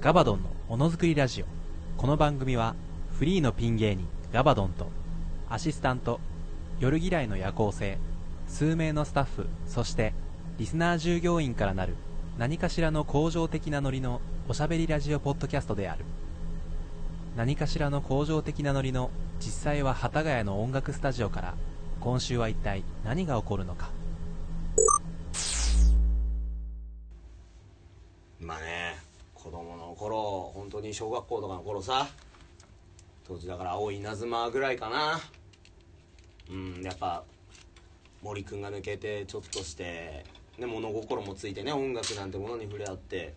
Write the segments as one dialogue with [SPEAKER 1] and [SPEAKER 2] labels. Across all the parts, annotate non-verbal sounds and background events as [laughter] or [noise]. [SPEAKER 1] ガバドンのものづくりラジオこの番組はフリーのピン芸人ガバドンとアシスタント夜嫌いの夜行性数名のスタッフそしてリスナー従業員からなる何かしらの向上的なノリのおしゃべりラジオポッドキャストである何かしらの向上的なノリの実際は幡ヶ谷の音楽スタジオから今週は一体何が起こるのか
[SPEAKER 2] まあね子供の頃本当に小学校とかの頃さ当時だから青い稲妻ぐらいかなうんやっぱ森くんが抜けてちょっとしてで物心もついてね音楽なんてものに触れ合って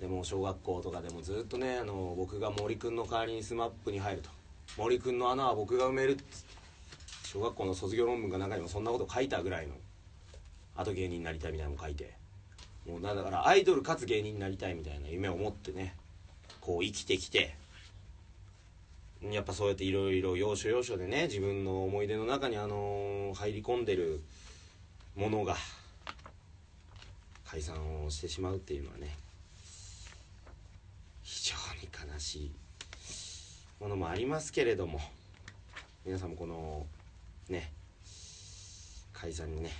[SPEAKER 2] でもう小学校とかでもずっとねあの僕が森くんの代わりに SMAP に入ると森くんの穴は僕が埋めるっつって小学校の卒業論文か中にもそんなこと書いたぐらいのあと芸人になりたいみたいなのも書いてもうなんだからアイドルかつ芸人になりたいみたいな夢を持ってねこう生きてきてやっぱそうやっていろいろ要所要所でね自分の思い出の中にあのー入り込んでるものが解散をしてしまうっていうのはね非常に悲しいものもありますけれども皆さんもこのね解散にね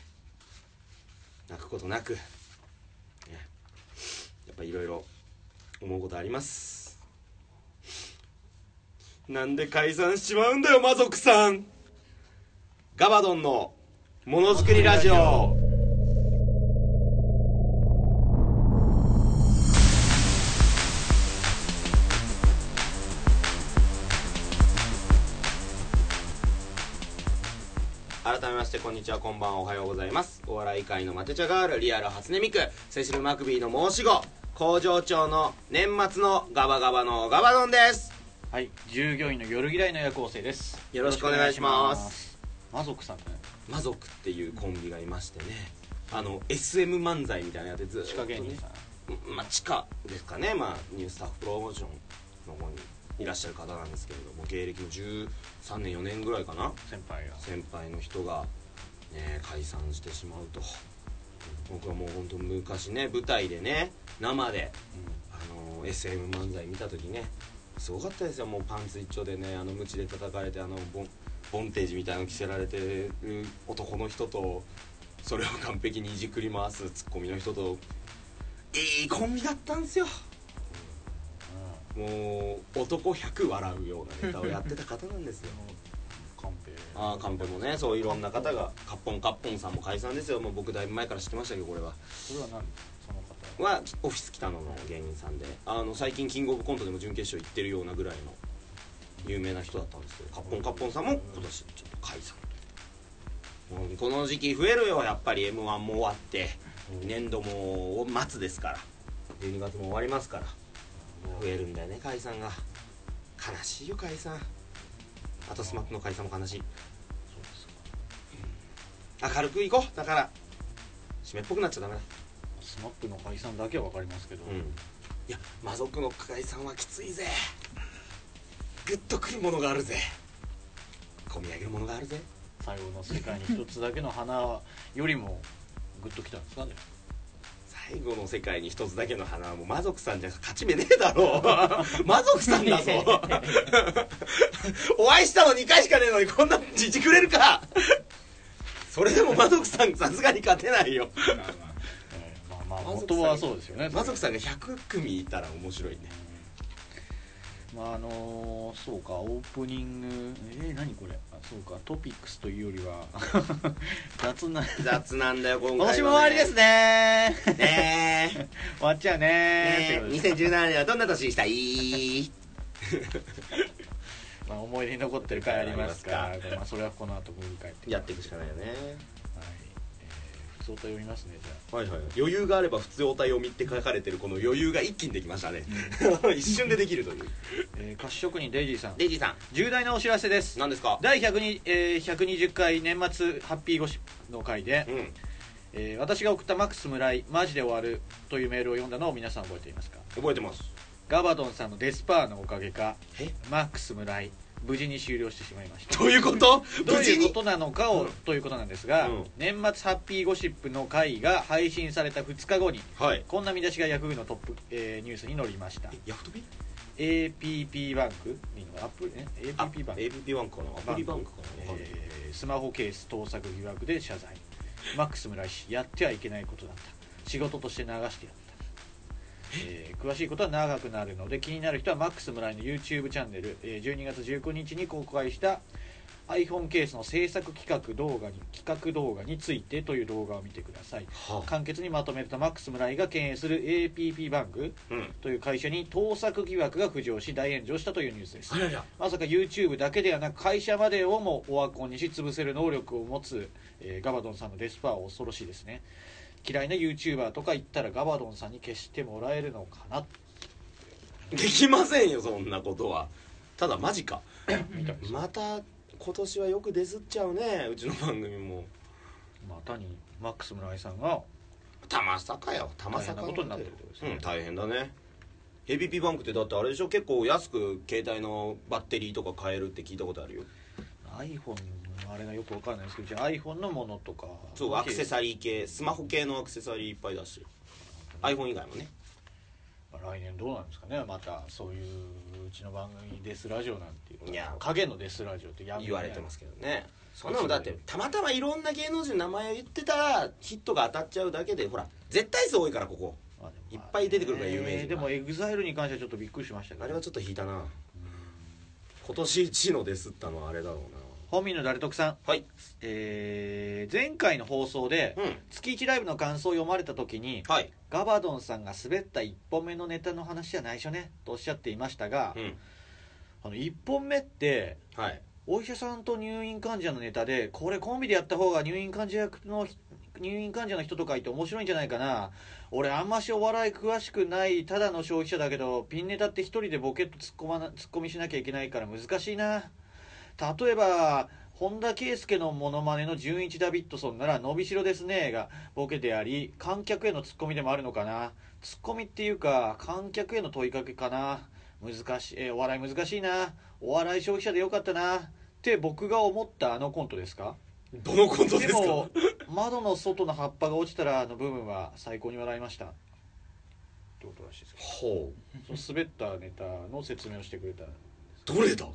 [SPEAKER 2] 泣くことなくやっぱいろいろ思うことありますなんで解散しちまうんだよ魔族さんガバドンのものづくりラジオ改めましてこんにちはこんばんはおはようございますお笑い界のマテ茶ガールリアル初音ミクセシル・マクビーの申し子工場長の年末のガバガバのガバドンです
[SPEAKER 3] はい、従業員の夜嫌いの夜行性です。
[SPEAKER 2] よろしくお願いします
[SPEAKER 3] よろしくお願いしす。魔族さんね、
[SPEAKER 2] 魔族っていうコンビがいましてねあの SM 漫才みたいなのやってずっと、ね、
[SPEAKER 3] 地下芸人さん。
[SPEAKER 2] うんまあ、地下ですかね、まあ、ニュースタッフプロモーションの方にいらっしゃる方なんですけれども芸歴も13年4年ぐらいかな
[SPEAKER 3] 先輩が。
[SPEAKER 2] 先輩の人が、ね、解散してしまうと僕はもう本当昔ね舞台でね生で、あの SM 漫才見た時ねすごかったですよもうパンツ一丁でねあの鞭で叩かれてあのボンボンテージみたいなの着せられてる男の人とそれを完璧にいじくり回すツッコミの人といいコンビだったんですよもう男100笑うようなネタをやってた方なんですよ [laughs]
[SPEAKER 3] カンペ。
[SPEAKER 2] ああカンペもねそういろんな方がカッポンカッポンさんも解散ですよもう僕だいぶ前から知ってましたけどこれは
[SPEAKER 3] それは何その方は。
[SPEAKER 2] はオフィス北野の芸人さんであの最近キングオブコントでも準決勝行ってるようなぐらいの有名な人だったんですけどカッポンカッポンさんも今年ちょっと解散もうこの時期増えるよやっぱり m 1も終わって年度も末ですから12月も終わりますから増えるんだよね解散が悲しいよ解散あとスマップの解散も悲しい
[SPEAKER 3] そうですか。
[SPEAKER 2] 明るく行こうだから湿っぽくなっちゃダメだ
[SPEAKER 3] スマップの解散だけはわかりますけど。
[SPEAKER 2] いや魔族の解散はきついぜグッとくるものがあるぜ込み上げるものがあるぜ
[SPEAKER 3] 最後の世界に一つだけの花よりも。グッときたんですかね。
[SPEAKER 2] 最後の世界に一つだけの花はもう魔族さんじゃ勝ち目ねえだろ [laughs] う魔族さんだぞお会いしたの2回しかねえのにこんなじじくれるかそれでも魔族さんさすがに勝てないよ
[SPEAKER 3] えーまあまあ、元はそうですよね。
[SPEAKER 2] 魔族さんが100組いたら面白いね
[SPEAKER 3] まああのーそうかオープニングえー、何これあそうかトピックスというよりは [laughs] 雑な
[SPEAKER 2] 雑なんだよ今回、ね、
[SPEAKER 3] 今週も終わりですね [laughs]
[SPEAKER 2] ねえ
[SPEAKER 3] 終わっちゃうね
[SPEAKER 2] ね
[SPEAKER 3] ー [laughs] ってことで
[SPEAKER 2] 2017年はどんな年にしたい
[SPEAKER 3] まあ、思い出に残ってる回ありますからまあ、それはこの後振り返って
[SPEAKER 2] やっていくしかないよね
[SPEAKER 3] はい、えー、普通と読みますねじゃ
[SPEAKER 2] はいはい余裕があれば普通おた読みって書かれてるこの余裕が一気にできましたね一瞬でできるという
[SPEAKER 3] あ、えー、菓子職人デイジーさん
[SPEAKER 2] デイジーさん
[SPEAKER 3] 重大なお知らせです
[SPEAKER 2] 何ですか
[SPEAKER 3] 第102、えー120回年末ハッピーゴシップの回で、
[SPEAKER 2] うん
[SPEAKER 3] えー私が送った「マックス村井マジで終わる」というメールを読んだのを皆さん覚えていますか
[SPEAKER 2] 覚えてます
[SPEAKER 3] ガバドンさんのデスパーのおかげか
[SPEAKER 2] え
[SPEAKER 3] マックス村井無事に終了してしまいました
[SPEAKER 2] どういうこと
[SPEAKER 3] どう
[SPEAKER 2] 無事
[SPEAKER 3] いう
[SPEAKER 2] に
[SPEAKER 3] ことなのかを、
[SPEAKER 2] うん
[SPEAKER 3] ということなんですが、
[SPEAKER 2] うん
[SPEAKER 3] 年末ハッピーゴシップの回が配信された2日後に
[SPEAKER 2] はい
[SPEAKER 3] こんな見出しがヤフーのトップ、えーニュースに載りました
[SPEAKER 2] えヤフトピ
[SPEAKER 3] APP バンクにのアップルね APP バンク、
[SPEAKER 2] APP バンクかなアプリバンクかなわかんない
[SPEAKER 3] えースマホケース盗作疑惑で謝罪マックス村井氏やってはいけないことだった仕事として流してやった、えー詳しいことは長くなるので気になる人はマックス村井の YouTube チャンネル、えー12月19日に公開した iPhone ケースの制作企画動画に企画動画についてという動画を見てください
[SPEAKER 2] はあ
[SPEAKER 3] 簡潔にまとめるとマックス村井が経営する APP バンク
[SPEAKER 2] うん
[SPEAKER 3] という会社に盗作疑惑が浮上し大炎上したというニュースです
[SPEAKER 2] あらら
[SPEAKER 3] まさか YouTube だけではなく会社までをもオワコンにし潰せる能力を持つ、えーガバドンさんのデスパーは恐ろしいですね嫌いな YouTuber とか言ったらガバドンさんに消してもらえるのかな
[SPEAKER 2] できませんよそんなことはただマジか
[SPEAKER 3] みたいです
[SPEAKER 2] また今年はよくディスっちゃうねうちの番組も
[SPEAKER 3] まあ単にマックス村井さんが
[SPEAKER 2] たまさかよたまさか
[SPEAKER 3] 大変なことになってるってことですね
[SPEAKER 2] うん大変だね ABP バンクってだってあれでしょ結構安く携帯のバッテリーとか買えるって聞いたことあるよ
[SPEAKER 3] iPhone のあれがよくわかんないですけどじゃあ iPhone のものとか
[SPEAKER 2] そうアクセ
[SPEAKER 3] リ
[SPEAKER 2] サリー系スマホ系のアクセサリーいっぱいだし iPhone 以外もね
[SPEAKER 3] 来年どうなんですかねまたそういううちの番組デスラジオなんていう
[SPEAKER 2] いや
[SPEAKER 3] 影のデスラジオってやめ
[SPEAKER 2] 言われてますけどねそんな
[SPEAKER 3] そう
[SPEAKER 2] の
[SPEAKER 3] で
[SPEAKER 2] だ
[SPEAKER 3] す
[SPEAKER 2] っ
[SPEAKER 3] ね
[SPEAKER 2] てたまたまいろんな芸能人の名前を言ってたらヒットが当たっちゃうだけでほら絶対数多いからここ
[SPEAKER 3] まあでも
[SPEAKER 2] いっぱい出てくるから有名人が
[SPEAKER 3] えーでも EXILE に関してはちょっとびっくりしましたけど
[SPEAKER 2] あれはちょっと引いたな今年1位のデスったのはあれだろうな
[SPEAKER 3] 本民の誰得さん、
[SPEAKER 2] はい
[SPEAKER 3] えー前回の放送で、
[SPEAKER 2] うん
[SPEAKER 3] 月1ライブの感想を読まれた時に
[SPEAKER 2] はい
[SPEAKER 3] ガバドンさんが滑った1本目のネタの話じゃないしょねとおっしゃっていましたが、
[SPEAKER 2] うん
[SPEAKER 3] あの1本目って
[SPEAKER 2] はい
[SPEAKER 3] お医者さんと入院患者のネタでこれコンビでやった方が入院患者役の入院患者の人とかいて面白いんじゃないかな俺あんましお笑い詳しくないただの消費者だけどピンネタって一人でボケとツッコまなツッコミしなきゃいけないから難しいな例えば本田圭佑のモノマネの純一ダビッドソンなら「伸びしろですね」がボケであり観客へのツッコミでもあるのかなツッコミっていうか観客への問いかけかな難しい、えーお笑い難しいなお笑い消費者でよかったなって僕が思ったあのコントですか
[SPEAKER 2] どのコントで
[SPEAKER 3] です
[SPEAKER 2] か
[SPEAKER 3] も窓の外の葉っぱが落ちたらあの部分は最高に笑いましたってことらしいですけ
[SPEAKER 2] ほう
[SPEAKER 3] どその滑ったネタの説明をしてくれた
[SPEAKER 2] どれだ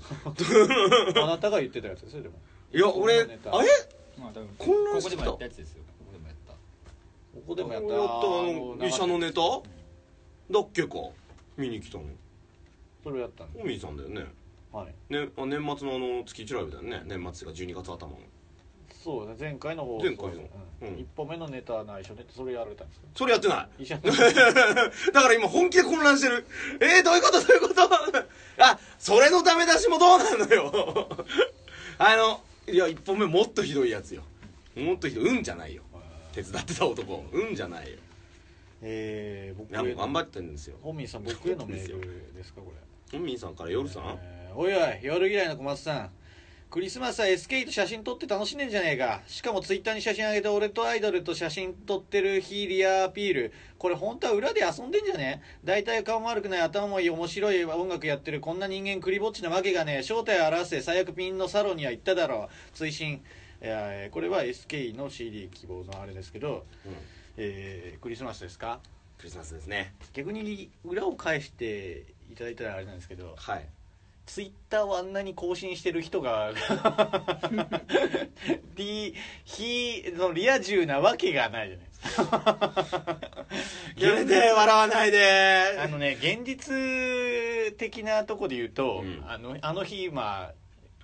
[SPEAKER 3] あなたが言ってたやつですよでも
[SPEAKER 2] いや俺あれ
[SPEAKER 3] このネタ
[SPEAKER 4] まあ、多分
[SPEAKER 2] 混乱
[SPEAKER 4] こ
[SPEAKER 2] して
[SPEAKER 4] こで
[SPEAKER 2] き
[SPEAKER 4] も
[SPEAKER 2] た
[SPEAKER 4] やったやつですよここでもや
[SPEAKER 3] ここでもやっ
[SPEAKER 4] った
[SPEAKER 3] た
[SPEAKER 2] やったあ
[SPEAKER 3] あ
[SPEAKER 2] の医者のネタ
[SPEAKER 3] 流れてる
[SPEAKER 2] だっけか見に来たの
[SPEAKER 3] それをやったんで
[SPEAKER 2] おみさんだよね
[SPEAKER 3] はい
[SPEAKER 2] ねあ年末のあの月1ライブだよね年末が12月頭の
[SPEAKER 3] そうね前回の放送
[SPEAKER 2] 前回の
[SPEAKER 3] うん
[SPEAKER 2] うん
[SPEAKER 3] 一歩目のネタは内緒ねってそれやられたんですよ
[SPEAKER 2] それやってない [laughs]
[SPEAKER 3] 医者の
[SPEAKER 2] だから今本気で混乱してるえー、どういうことどういうこと [laughs] あそれのダメ出しもどうなのよ [laughs] あのいや1本目もっとひどいやつよもっとひどいうんじゃないよ手伝ってた男うんじゃないよ
[SPEAKER 3] えー、
[SPEAKER 2] い
[SPEAKER 3] 僕
[SPEAKER 2] やもう頑張
[SPEAKER 3] っ
[SPEAKER 2] ってるんですよ
[SPEAKER 3] 本民さん僕へのメールですかこれ
[SPEAKER 2] 本民さんから夜さん
[SPEAKER 3] えーおいおい夜嫌いの小松さんクリスマスは SK と写真撮って楽しんでんじゃねえかしかもツイッターに写真あげて俺とアイドルと写真撮ってるヒーリアアピールこれ本当は裏で遊んでんじゃねえ大体顔も悪くない頭もいい面白い音楽やってるこんな人間クリぼっちなわけがねえ正体を表せ最悪ピンのサロンには行っただろう追伸えーこれは SK の CD 希望のあれですけど、
[SPEAKER 2] うん
[SPEAKER 3] えークリスマスですか
[SPEAKER 2] クリスマスですね
[SPEAKER 3] 逆に裏を返していただいたらあれなんですけど
[SPEAKER 2] はい
[SPEAKER 3] ツイッターをあんなに更新してる人が [laughs] リヒのリア充なわけがないじゃないですか
[SPEAKER 2] やめて笑わないで
[SPEAKER 3] あのね現実的なとこで言うと、
[SPEAKER 2] うん
[SPEAKER 3] あのあの日まあ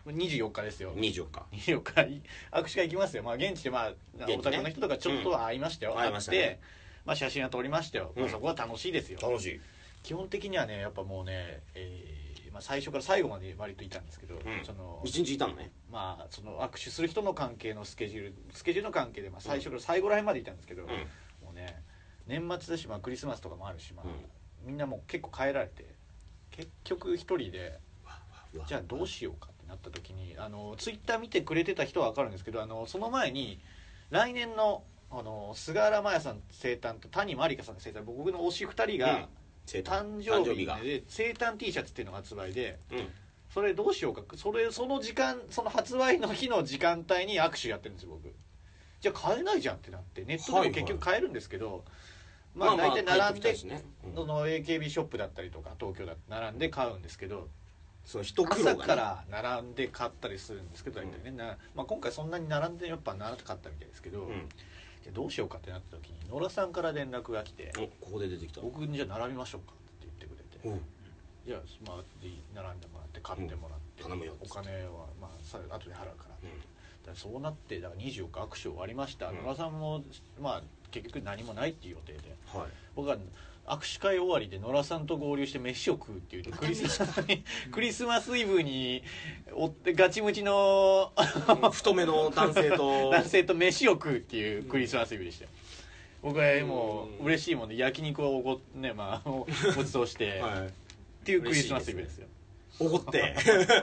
[SPEAKER 3] 24日ですよ
[SPEAKER 2] 24日
[SPEAKER 3] 24日い握手会行きますよ、まあ、現地でまあ
[SPEAKER 2] 現地ね
[SPEAKER 3] お宅の人とかちょっとは会いましたよ、
[SPEAKER 2] うん会
[SPEAKER 3] 会っ
[SPEAKER 2] い
[SPEAKER 3] て
[SPEAKER 2] ましたね
[SPEAKER 3] まあ、写真は撮りましたよ、
[SPEAKER 2] うん
[SPEAKER 3] まあそこは楽しいですよ
[SPEAKER 2] 楽しい
[SPEAKER 3] 基本的にはねやっぱもうね、えーまあ、最初から最後まで割といたんですけど、
[SPEAKER 2] ん
[SPEAKER 3] その
[SPEAKER 2] 1日いたのね
[SPEAKER 3] まあ、その握手する人の関係のスケジュールスケジュールの関係で、まあ、最初から最後らへんまでいたんですけど、
[SPEAKER 2] うん
[SPEAKER 3] もうね年末だし、まあ、クリスマスとかもあるし、まあ
[SPEAKER 2] うん
[SPEAKER 3] みんなもう結構帰られて結局一人で
[SPEAKER 2] うわ
[SPEAKER 3] じゃあどうしようかってなった時にあのツイッター見てくれてた人は分かるんですけどあのその前に来年のあの菅原麻也さん生誕と谷まりかさんの生誕僕の推し2人
[SPEAKER 2] うん
[SPEAKER 3] が
[SPEAKER 2] 生誕
[SPEAKER 3] 誕生
[SPEAKER 2] 誕生
[SPEAKER 3] 日
[SPEAKER 2] 日が
[SPEAKER 3] で生誕 T シャツっていうのが発売で。
[SPEAKER 2] うん
[SPEAKER 3] それどうしようかそれその時間その発売の日の時間帯に握手やってるんですよ僕じゃあ買えないじゃんってなってネットでも結局買えるんですけど、まあ大体並んで、
[SPEAKER 2] 帰ってきたしねうん
[SPEAKER 3] その AKB ショップだったりとか東京だって並んで買うんですけど
[SPEAKER 2] そう一苦労が
[SPEAKER 3] 朝
[SPEAKER 2] ね
[SPEAKER 3] から並んで買ったりするんですけど大体ね、なまあ、今回そんなに並んでやっぱ並んで買ったみたいですけど、
[SPEAKER 2] うん
[SPEAKER 3] じゃあどうしようかってなった時に野良さんから連絡が来て
[SPEAKER 2] おここで出てき
[SPEAKER 3] 「
[SPEAKER 2] た
[SPEAKER 3] 僕にじゃあ並びましょうか」って言ってくれて
[SPEAKER 2] うん
[SPEAKER 3] じゃあ、まあ、で並んでもらって買ってもらって、
[SPEAKER 2] うん頼むよ
[SPEAKER 3] お金は、まあ、さ後で払うから,、
[SPEAKER 2] うん
[SPEAKER 3] そうなってだから24日握手終わりました、
[SPEAKER 2] うん
[SPEAKER 3] 野田さんも、まあ、結局何もないっていう予定で
[SPEAKER 2] はい
[SPEAKER 3] 僕は握手会終わりで野良さんと合流して飯を食うっていうねクリスマスにクリスマスイブにおってガチムチの [laughs]
[SPEAKER 2] 太めの男性と
[SPEAKER 3] 男性と飯を食うっていうクリスマスイブでしたよ僕はも
[SPEAKER 2] う
[SPEAKER 3] うん嬉しいもんで焼肉をおごね
[SPEAKER 2] [laughs]
[SPEAKER 3] まあおごちそうして、っ
[SPEAKER 2] はい
[SPEAKER 3] ていうクリスマスイブですよ
[SPEAKER 2] 怒って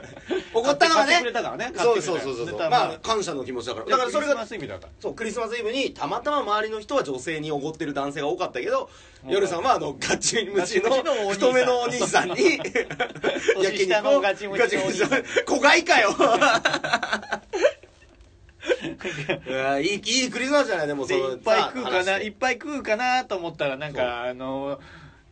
[SPEAKER 3] [laughs]
[SPEAKER 2] 怒ったのは
[SPEAKER 3] 買ってく
[SPEAKER 2] ね
[SPEAKER 3] れたからね買っ
[SPEAKER 2] そうそう
[SPEAKER 3] てくれたから
[SPEAKER 2] そうそう
[SPEAKER 3] で
[SPEAKER 2] ま
[SPEAKER 3] た
[SPEAKER 2] あ、
[SPEAKER 3] まあ
[SPEAKER 2] 感謝の気持ちだから
[SPEAKER 3] だ
[SPEAKER 2] だ
[SPEAKER 3] か
[SPEAKER 2] からら
[SPEAKER 3] そ
[SPEAKER 2] それが
[SPEAKER 3] れがクリスマスイブだから
[SPEAKER 2] そうクリスマスイブにたまたま周りの人は女性に怒ってる男性が多かったけど夜さんはあのガチムチの
[SPEAKER 3] ガチムチのお兄さん
[SPEAKER 2] 太めのお兄さ
[SPEAKER 3] [laughs]
[SPEAKER 2] んに
[SPEAKER 3] 年下のガチムチのお兄さん
[SPEAKER 2] ガチムチの子飼いか
[SPEAKER 3] [laughs]
[SPEAKER 2] よいやいいいいクリスマスじゃないでもそ
[SPEAKER 3] で
[SPEAKER 2] の
[SPEAKER 3] いっぱい食うか
[SPEAKER 2] さ
[SPEAKER 3] ないっぱい食うかなと思ったらなんかあの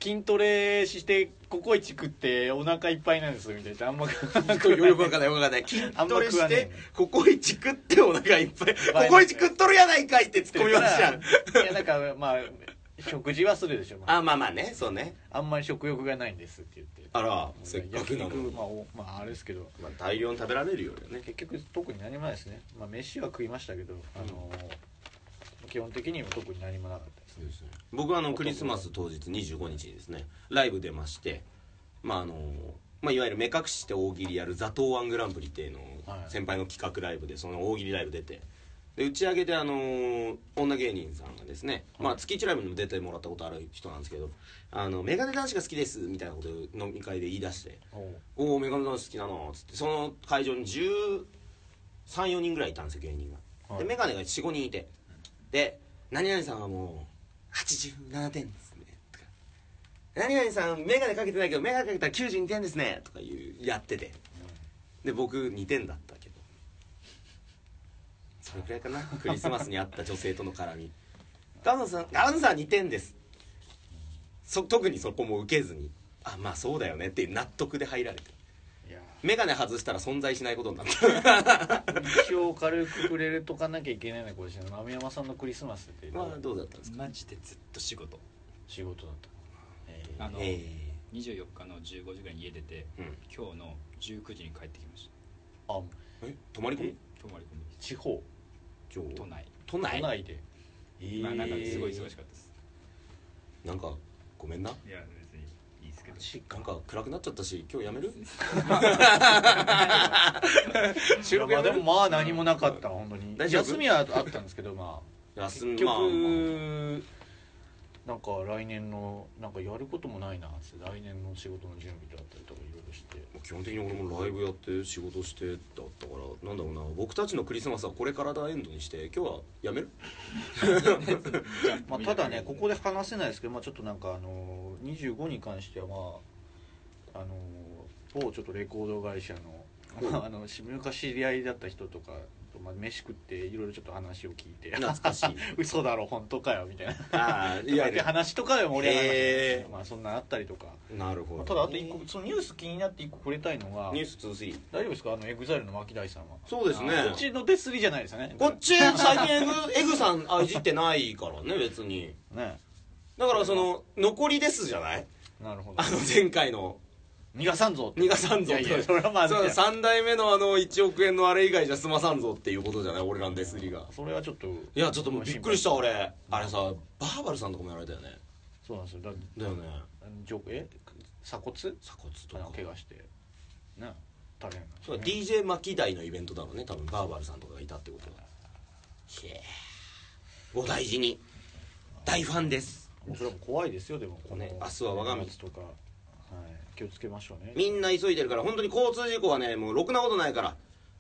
[SPEAKER 3] 筋トレしてココイチ食ってお腹いっぱいなんですみたいなあんま [laughs]
[SPEAKER 2] 話してよくわかんないよくわかんない筋
[SPEAKER 3] あんま
[SPEAKER 2] トレ
[SPEAKER 3] 食わ
[SPEAKER 2] し
[SPEAKER 3] ねえ
[SPEAKER 2] てココイチ食ってお腹いっぱい
[SPEAKER 3] ぱい
[SPEAKER 2] ココイチ食っとるやないかいって突っ込みました
[SPEAKER 3] いやなんかまあ食事はするでしょ、まあ、
[SPEAKER 2] あまあまあねそうね
[SPEAKER 3] あんまり食欲がないんですって言って
[SPEAKER 2] あらせっか
[SPEAKER 3] 焼
[SPEAKER 2] くなの
[SPEAKER 3] 肉
[SPEAKER 2] に、
[SPEAKER 3] まあおまああれですけど
[SPEAKER 2] まあ、大量に食べられるよりはね
[SPEAKER 3] 結局特に何もないですねまあ飯は食いましたけどあの基本的には特に何もなかったです
[SPEAKER 2] 僕はあのクリスマス当日25日にですねライブ出ましてまああのまあ、いわゆる目隠しして大喜利やる「ザトウワングランプリ」っていうのを
[SPEAKER 3] はい
[SPEAKER 2] 先輩の企画ライブでその大喜利ライブ出てで打ち上げであの女芸人さんがですね、まあ、月1ライブにも出てもらったことある人なんですけど「あのメガネ男子が好きです」みたいなことを飲み会で言い出して
[SPEAKER 3] おう
[SPEAKER 2] 「おおメガネ男子好きなの」っつってその会場に134人ぐらいいたんですよ芸人が、
[SPEAKER 3] はい
[SPEAKER 2] でメガネが45人いてで「何々さんはもう87点ですね」とか「何々さんメガネかけてないけどメガネかけたら92点ですね」とかいうやっててで僕2点だったけどそれくらいかなクリスマスにあった女性との絡
[SPEAKER 3] [laughs]
[SPEAKER 2] みガウンさんガウンさん2点ですそ特にそこも受けずにあまあそうだよねっていう納得で入られて
[SPEAKER 3] いや
[SPEAKER 2] メガネ外したら存在しないことになった
[SPEAKER 3] 一応軽く触れるとかなきゃいけないなこれしな豆山さんのクリスマスって
[SPEAKER 2] [laughs] まあどうだったんですか
[SPEAKER 4] マジでずっと仕事
[SPEAKER 3] 仕事だった
[SPEAKER 4] あの
[SPEAKER 2] え
[SPEAKER 4] 24日の15時ぐらいに家出て
[SPEAKER 2] えうん
[SPEAKER 4] 今日の19時に帰ってきまし
[SPEAKER 3] あ
[SPEAKER 2] え泊まり込み
[SPEAKER 4] た泊まり込みです
[SPEAKER 3] 地方
[SPEAKER 2] 今日
[SPEAKER 4] 都内
[SPEAKER 2] 都
[SPEAKER 3] 都
[SPEAKER 2] 内
[SPEAKER 3] 内で
[SPEAKER 4] まあなんか
[SPEAKER 2] ええ
[SPEAKER 4] すごい忙しかったです
[SPEAKER 2] なんかごめんない
[SPEAKER 4] や別にいいですけど
[SPEAKER 3] しっ
[SPEAKER 2] な
[SPEAKER 3] か
[SPEAKER 2] んか暗くなっちゃったし今日やめる収録や
[SPEAKER 3] まあ
[SPEAKER 2] め
[SPEAKER 3] で
[SPEAKER 2] る
[SPEAKER 3] もまあ何もなかった本当に
[SPEAKER 2] 大丈夫
[SPEAKER 3] 休みはあったんですけどまあ
[SPEAKER 2] 休
[SPEAKER 3] 結
[SPEAKER 2] み
[SPEAKER 3] 局
[SPEAKER 2] まあ
[SPEAKER 3] なんか来年のなんかやることもないなっつって来年の仕事の準備だったりとかいろいろして
[SPEAKER 2] まあ基本的に俺もライブやって仕事してだったからなんだろうな僕たちのクリスマスはこれからだエンドにして今日はやめる
[SPEAKER 3] まあ、ただねここで話せないですけど、まあ、ちょっとなんかあのー25に関してはまああのー某ちょっとレコード会社の,、 [laughs] まあ、あのし昔知り合いだった人とかと、まあ、飯食っていろいろちょっと話を聞いて
[SPEAKER 2] 懐かし [laughs] い
[SPEAKER 3] [laughs] 嘘だろ本当かよみたいな
[SPEAKER 2] ああいわゆる
[SPEAKER 3] 話とかで盛り上がりましたね
[SPEAKER 2] へー
[SPEAKER 3] まあそんなあったりとか、
[SPEAKER 2] なるほど
[SPEAKER 3] まあ、ただあと一個そのニュース気になって一個触れたいのが
[SPEAKER 2] ニュース通信
[SPEAKER 3] 大丈夫ですかあのエグザイルの牧大さんは
[SPEAKER 2] そうですね
[SPEAKER 3] こっちの手すりじゃないですよね
[SPEAKER 2] こっち最近エグエグさんあいじってないからね別に
[SPEAKER 3] ね
[SPEAKER 2] だからその残りですじゃない
[SPEAKER 3] なるほど
[SPEAKER 2] あの前回の
[SPEAKER 3] 逃がさんぞって
[SPEAKER 2] 逃がさんぞ
[SPEAKER 3] いやいやそれはまあ
[SPEAKER 2] そう3代目のあの1億円のあれ以外じゃ済まさんぞっていうことじゃない俺らのデスリが
[SPEAKER 3] それはちょっと
[SPEAKER 2] いやちょっともうびっくりした俺あれさバーバルさんとかもやられたよね
[SPEAKER 3] そうなんですよだ
[SPEAKER 2] だよね
[SPEAKER 3] じょえ鎖骨
[SPEAKER 2] 鎖骨と
[SPEAKER 3] かな
[SPEAKER 2] か
[SPEAKER 3] んか怪我してな大変なんです
[SPEAKER 2] そ
[SPEAKER 3] よ
[SPEAKER 2] う
[SPEAKER 3] ね
[SPEAKER 2] だ DJ 巻き台のイベントだろうね多分バーバルさんとかがいたってことはひえお大事に大ファンです
[SPEAKER 3] 僕らも怖いですよでもこの
[SPEAKER 2] ね明日は我が身
[SPEAKER 3] 夏とか、はい、気をつけましょうね
[SPEAKER 2] みんな急いでるから本当に交通事故はねもうろくなことないから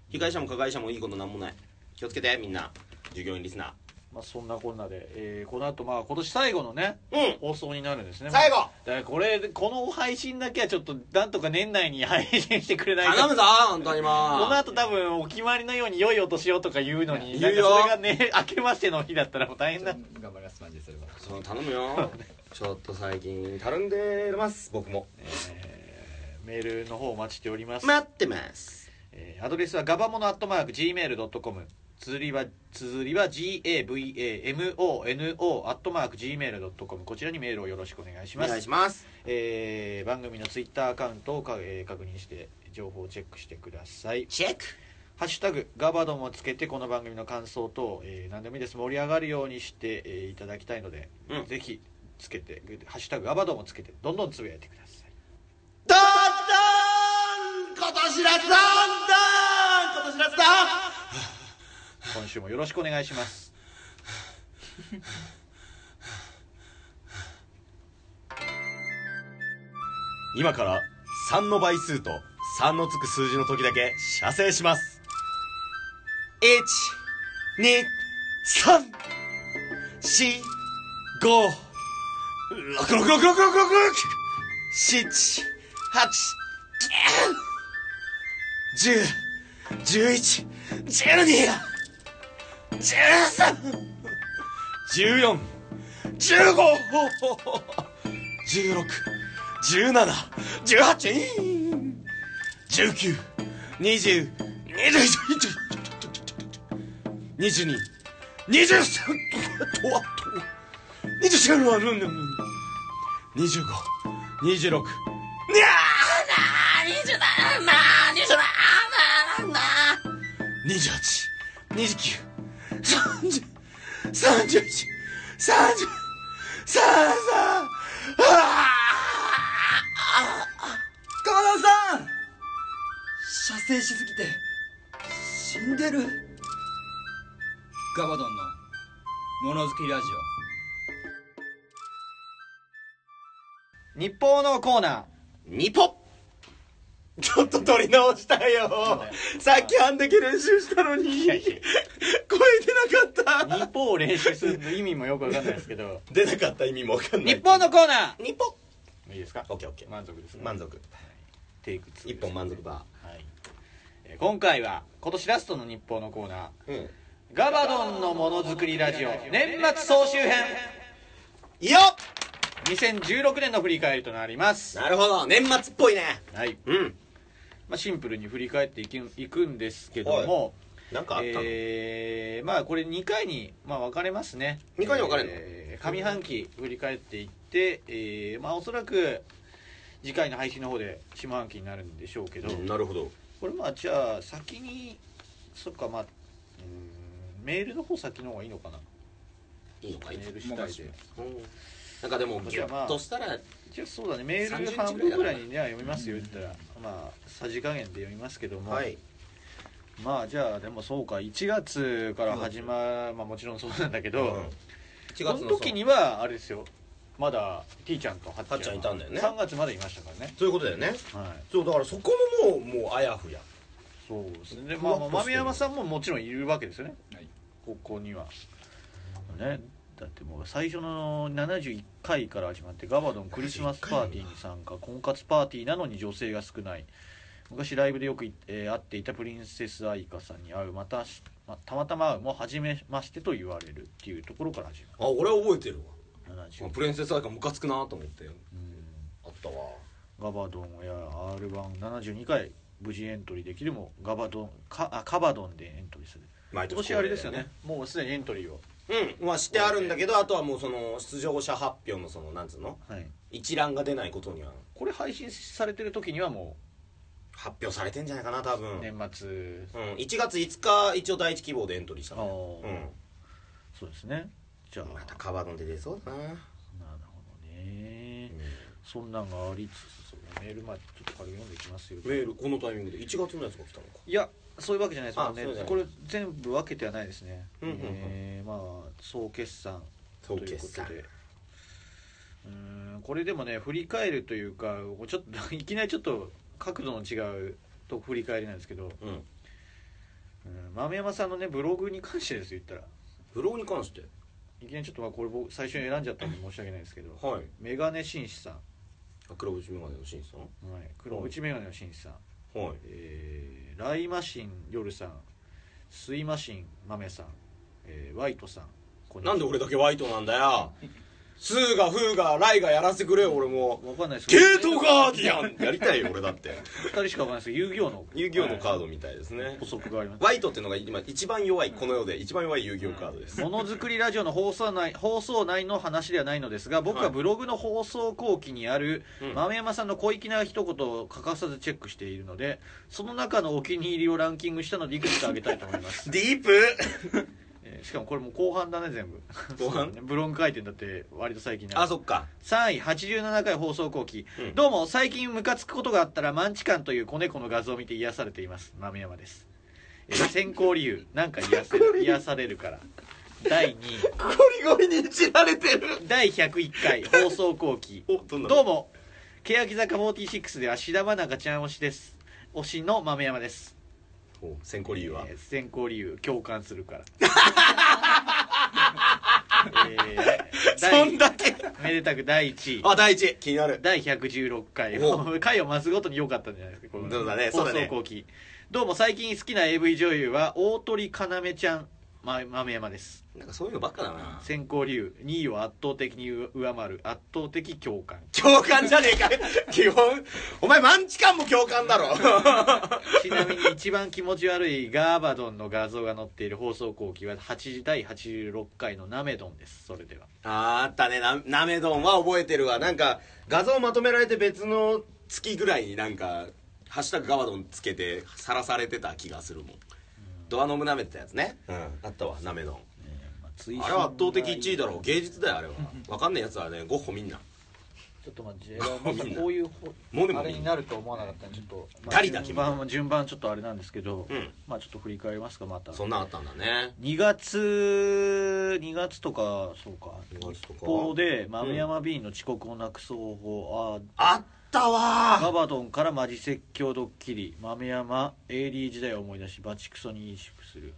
[SPEAKER 2] 被害者も加害者もいいことなんもない気をつけてみんな従業員リスナー
[SPEAKER 3] まあ、そんなこんなで、えーこの後まあ今年最後のね
[SPEAKER 2] うん
[SPEAKER 3] 放送になるんですね
[SPEAKER 2] 最後
[SPEAKER 3] だからこれこの配信だけはちょっとなんとか年内に配信してくれないか
[SPEAKER 2] 頼むぞ本当にも
[SPEAKER 3] この
[SPEAKER 2] う
[SPEAKER 3] 後多分お決まりのように良いお年をとか言うのに
[SPEAKER 2] 言うよ
[SPEAKER 3] なんかそれがね明けましての日だったらもう大変だ
[SPEAKER 4] 頑張りますマジでそれは
[SPEAKER 2] そう頼む [laughs] よちょっと最近たるんでます僕も
[SPEAKER 3] メールの方お待ちしております、
[SPEAKER 2] 待ってます
[SPEAKER 3] えーアドレスはガバモノアットマーク Gmail.com 綴りは綴りは GAVAMONO アットマーク Gmail.com こちらにメールをよろしくお願いし
[SPEAKER 2] お
[SPEAKER 3] ます
[SPEAKER 2] 願いします
[SPEAKER 3] えー番組のツイッターアカウントをか、えー確認して情報をチェックしてください
[SPEAKER 2] チェック
[SPEAKER 3] ハッシュタグガバドンをつけてこの番組の感想等、えー何でもいいです盛り上がるようにして、えーいただきたいので、
[SPEAKER 2] うん
[SPEAKER 3] ぜひつけて「ハッシュタグガバドン」をつけてどんどんつぶやいてください
[SPEAKER 2] どんどん今年らどんどん今年らだ
[SPEAKER 3] 今週もよろしくお願いします
[SPEAKER 2] 今から3の倍数と3のつく数字の時だけ射精します
[SPEAKER 5] ガバドンのものづくりラジオ
[SPEAKER 3] 日報のコーナー
[SPEAKER 2] ニポちょっと撮り直したよさっきあんだけ練習したのに声出なかった
[SPEAKER 3] 日報を練習する意味もよくわかんないですけど
[SPEAKER 2] 出なかった意味もわかんない
[SPEAKER 3] 日報のコーナ
[SPEAKER 2] ニポ
[SPEAKER 3] ーいいですか
[SPEAKER 2] オッケーオッケー
[SPEAKER 3] 満足ですね
[SPEAKER 2] 満足
[SPEAKER 3] テイク2
[SPEAKER 2] 一本満足だ
[SPEAKER 3] はい、えー今回は今年ラストの日報のコーナー
[SPEAKER 2] うん
[SPEAKER 3] 「ガバドンのものづくりラジオ年末総集編
[SPEAKER 2] いいよ」
[SPEAKER 3] 2016年の振り返りとなります、
[SPEAKER 2] なるほど年末っぽいね
[SPEAKER 3] はい
[SPEAKER 2] うん
[SPEAKER 3] まあ、シンプルに振り返っていくいくんですけども、
[SPEAKER 2] なんかあったの、
[SPEAKER 3] えーまあこれ2回に、まあ、分かれますね
[SPEAKER 2] 二回に分かれるの
[SPEAKER 3] えー上半期振り返っていって、えーまあおそらく次回の配信の方で下半期になるんでしょうけど、
[SPEAKER 2] うんなるほど
[SPEAKER 3] これまあじゃあ先にそっかまあうーんメールの方先の方がいいのかない
[SPEAKER 2] いのかい
[SPEAKER 3] メ
[SPEAKER 2] いの
[SPEAKER 3] ー
[SPEAKER 2] か
[SPEAKER 3] ル次第で
[SPEAKER 2] うんなんかでもギュッとしたら
[SPEAKER 3] じゃあそうだねメール
[SPEAKER 2] 30
[SPEAKER 3] 半分ぐらいにね読みますよ言ったらまあさじ加減で読みますけども、
[SPEAKER 2] はい
[SPEAKER 3] まあじゃあでもそうか1月から始まるまあもちろんそうなんだけど、
[SPEAKER 2] うん1
[SPEAKER 3] この時にはあれですよまだ T ちゃんとハ
[SPEAKER 2] はっちゃんいたんだよね
[SPEAKER 3] 3月までいましたからね
[SPEAKER 2] そういうことだよね
[SPEAKER 3] はい
[SPEAKER 2] そうだからそこももうもうあやふや
[SPEAKER 3] そうですねでまあまあ
[SPEAKER 2] ふわっとして
[SPEAKER 3] 豆
[SPEAKER 2] る
[SPEAKER 3] 山さんももちろんいるわけですよね、
[SPEAKER 5] はい
[SPEAKER 3] ここにはねだってもう最初の71回から始まってガバドンクリスマスパーティーに参加婚活パーティーなのに女性が少ない昔ライブでよくい、えー会っていたプリンセス愛花さんに会うまたし、ま、たまたま会うも初めましてと言われるっていうところから始
[SPEAKER 2] あ俺は覚えてる
[SPEAKER 3] まる
[SPEAKER 2] わ
[SPEAKER 3] 70
[SPEAKER 2] プレンセスアイカムカつくなと思って
[SPEAKER 3] うん
[SPEAKER 2] あったわ
[SPEAKER 3] ガバドンや R172 回無事エントリーできるもガバドンかあカバドンでエントリーする
[SPEAKER 2] 毎
[SPEAKER 3] 今年あれですよねもうすでにエントリーを
[SPEAKER 2] うんまあしてあるんだけどあとはもうその出場者発表のそのなんつうの
[SPEAKER 3] はい
[SPEAKER 2] 一覧が出ないことには
[SPEAKER 3] これ配信されてる時にはも
[SPEAKER 2] 発表されてんじゃないかな多分
[SPEAKER 3] う年末、
[SPEAKER 2] うん1月5日一応第一希望でエントリーした
[SPEAKER 3] ああ
[SPEAKER 2] のね
[SPEAKER 3] そうですねじゃ
[SPEAKER 2] う
[SPEAKER 3] あ
[SPEAKER 2] んまたカバードンで出そうだな
[SPEAKER 3] なるほどね、そんなんがありつつそうメールまでちょっと軽く読んでいきますよ
[SPEAKER 2] メールこのタイミングで1月のやつが来たのか
[SPEAKER 3] いやそういうわけじゃないです
[SPEAKER 2] あ
[SPEAKER 3] もんね
[SPEAKER 2] そうじゃない
[SPEAKER 3] これ全部分けてはないですね、
[SPEAKER 2] うんうんうん
[SPEAKER 3] えーまあ総決算
[SPEAKER 2] 総
[SPEAKER 3] という
[SPEAKER 2] 決
[SPEAKER 3] こ
[SPEAKER 2] 算
[SPEAKER 3] とでうーんこれでもね振り返るというかちょっと [laughs] いきなりちょっと角度の違うと振り返りなんですけど
[SPEAKER 2] うん
[SPEAKER 3] うん豆山さんのねブログに関してですよ言ったら
[SPEAKER 2] 不老に関して
[SPEAKER 3] いきなりちょっとまあこれ僕最初に選んじゃったんで申し訳ないですけど
[SPEAKER 2] はい
[SPEAKER 3] メガネ紳士さん、
[SPEAKER 2] あ黒縁眼鏡のしんさん
[SPEAKER 3] はい、黒縁メガネの紳士さん、
[SPEAKER 2] はい
[SPEAKER 3] えー、ライマシン夜さんスイマシン豆さん、えー、ワイトさんこんにちは
[SPEAKER 2] なんで俺だけワイトなんだ [laughs] よスーがフーがライがやらせてくれよ俺も
[SPEAKER 3] わかんないです
[SPEAKER 2] ゲートガーディアンやりたいよ俺だって
[SPEAKER 3] 二人しかわかんないですけど遊戯王の
[SPEAKER 2] 遊戯王のカードみたいですね
[SPEAKER 3] 補足があります
[SPEAKER 2] ワイトっていうのが今一番弱いこの世で一番弱い遊戯王カードです
[SPEAKER 3] ものづくりラジオの放送内放送内の話ではないのですが僕はブログの放送後期にある
[SPEAKER 2] うん
[SPEAKER 3] 豆山さんの小粋な一言を欠かさずチェックしているのでその中のお気に入りをランキングしたのでいくつかあげたいと思いま
[SPEAKER 2] [laughs]
[SPEAKER 3] す、
[SPEAKER 2] ディープ
[SPEAKER 3] えーしかもこれもう後半だね全部
[SPEAKER 2] 後半
[SPEAKER 3] ブログ回転だって割と最近な
[SPEAKER 2] あそっか
[SPEAKER 3] 3位87回放送後期、
[SPEAKER 2] うん
[SPEAKER 3] どうも最近ムカつくことがあったらマンチカンという子猫の画像を見て癒されています豆山です、えー先行理由なんか癒せる癒されるから第2位
[SPEAKER 2] ゴリゴリにいじられてる
[SPEAKER 3] 第101回放送後期
[SPEAKER 2] おどんなの
[SPEAKER 3] どうも欅坂46で芦田愛菜がちゃん推しです推しの豆山です
[SPEAKER 2] お先行理由は
[SPEAKER 3] えー先行理由共感するから
[SPEAKER 2] [laughs]
[SPEAKER 3] えー
[SPEAKER 2] そ
[SPEAKER 3] 第
[SPEAKER 2] んだけ
[SPEAKER 3] めでたく第1位
[SPEAKER 2] あ第一気になる
[SPEAKER 3] 第116回
[SPEAKER 2] お
[SPEAKER 3] 回を増すごとに良かったんじゃないですかこの
[SPEAKER 2] そうだねそ
[SPEAKER 3] 放
[SPEAKER 2] うだ
[SPEAKER 3] 送
[SPEAKER 2] ね
[SPEAKER 3] 後期どうも最近好きな AV 女優は大鳥かなめちゃん、ま、豆山です
[SPEAKER 2] なんかそういうのばっかだな
[SPEAKER 3] 先行理由2位を圧倒的に上回る圧倒的共感
[SPEAKER 2] 共感じゃねえか基本お前マンチカンも共感だろ
[SPEAKER 3] ちなみに一番気持ち悪いガーバドンの画像が載っている放送後期は8第86回のナメドンですそれでは
[SPEAKER 2] あーあったねななめどんは覚えてるわなんか画像まとめられて別の月ぐらいになんか「ハッシュタグガバドン」つけてさらされてた気がするもんドアノブなめてたやつねうんあったわなめどんあれは圧倒的1位だろう芸術だよあれは分かんないやつはねゴッホみんな
[SPEAKER 3] ちょっとまあ J は
[SPEAKER 2] [laughs]
[SPEAKER 3] またこういうほ
[SPEAKER 2] もうでも
[SPEAKER 3] あれになるとは思わなかったんでちょ
[SPEAKER 2] [laughs]
[SPEAKER 3] っと、まあ、
[SPEAKER 2] ガリだ君
[SPEAKER 3] 順番は順番ちょっとあれなんですけど、
[SPEAKER 2] うん
[SPEAKER 3] まあちょっと振り返りますかまた
[SPEAKER 2] そんなんあったんだね
[SPEAKER 3] 2月2月とかそうか
[SPEAKER 2] 2月とか
[SPEAKER 3] 日報で豆山 B の遅刻をなくす方法、あ
[SPEAKER 2] あったわ
[SPEAKER 3] あガバドンからマジ説教ドッキリ豆山 AD 時代を思い出しバチクソに萎縮する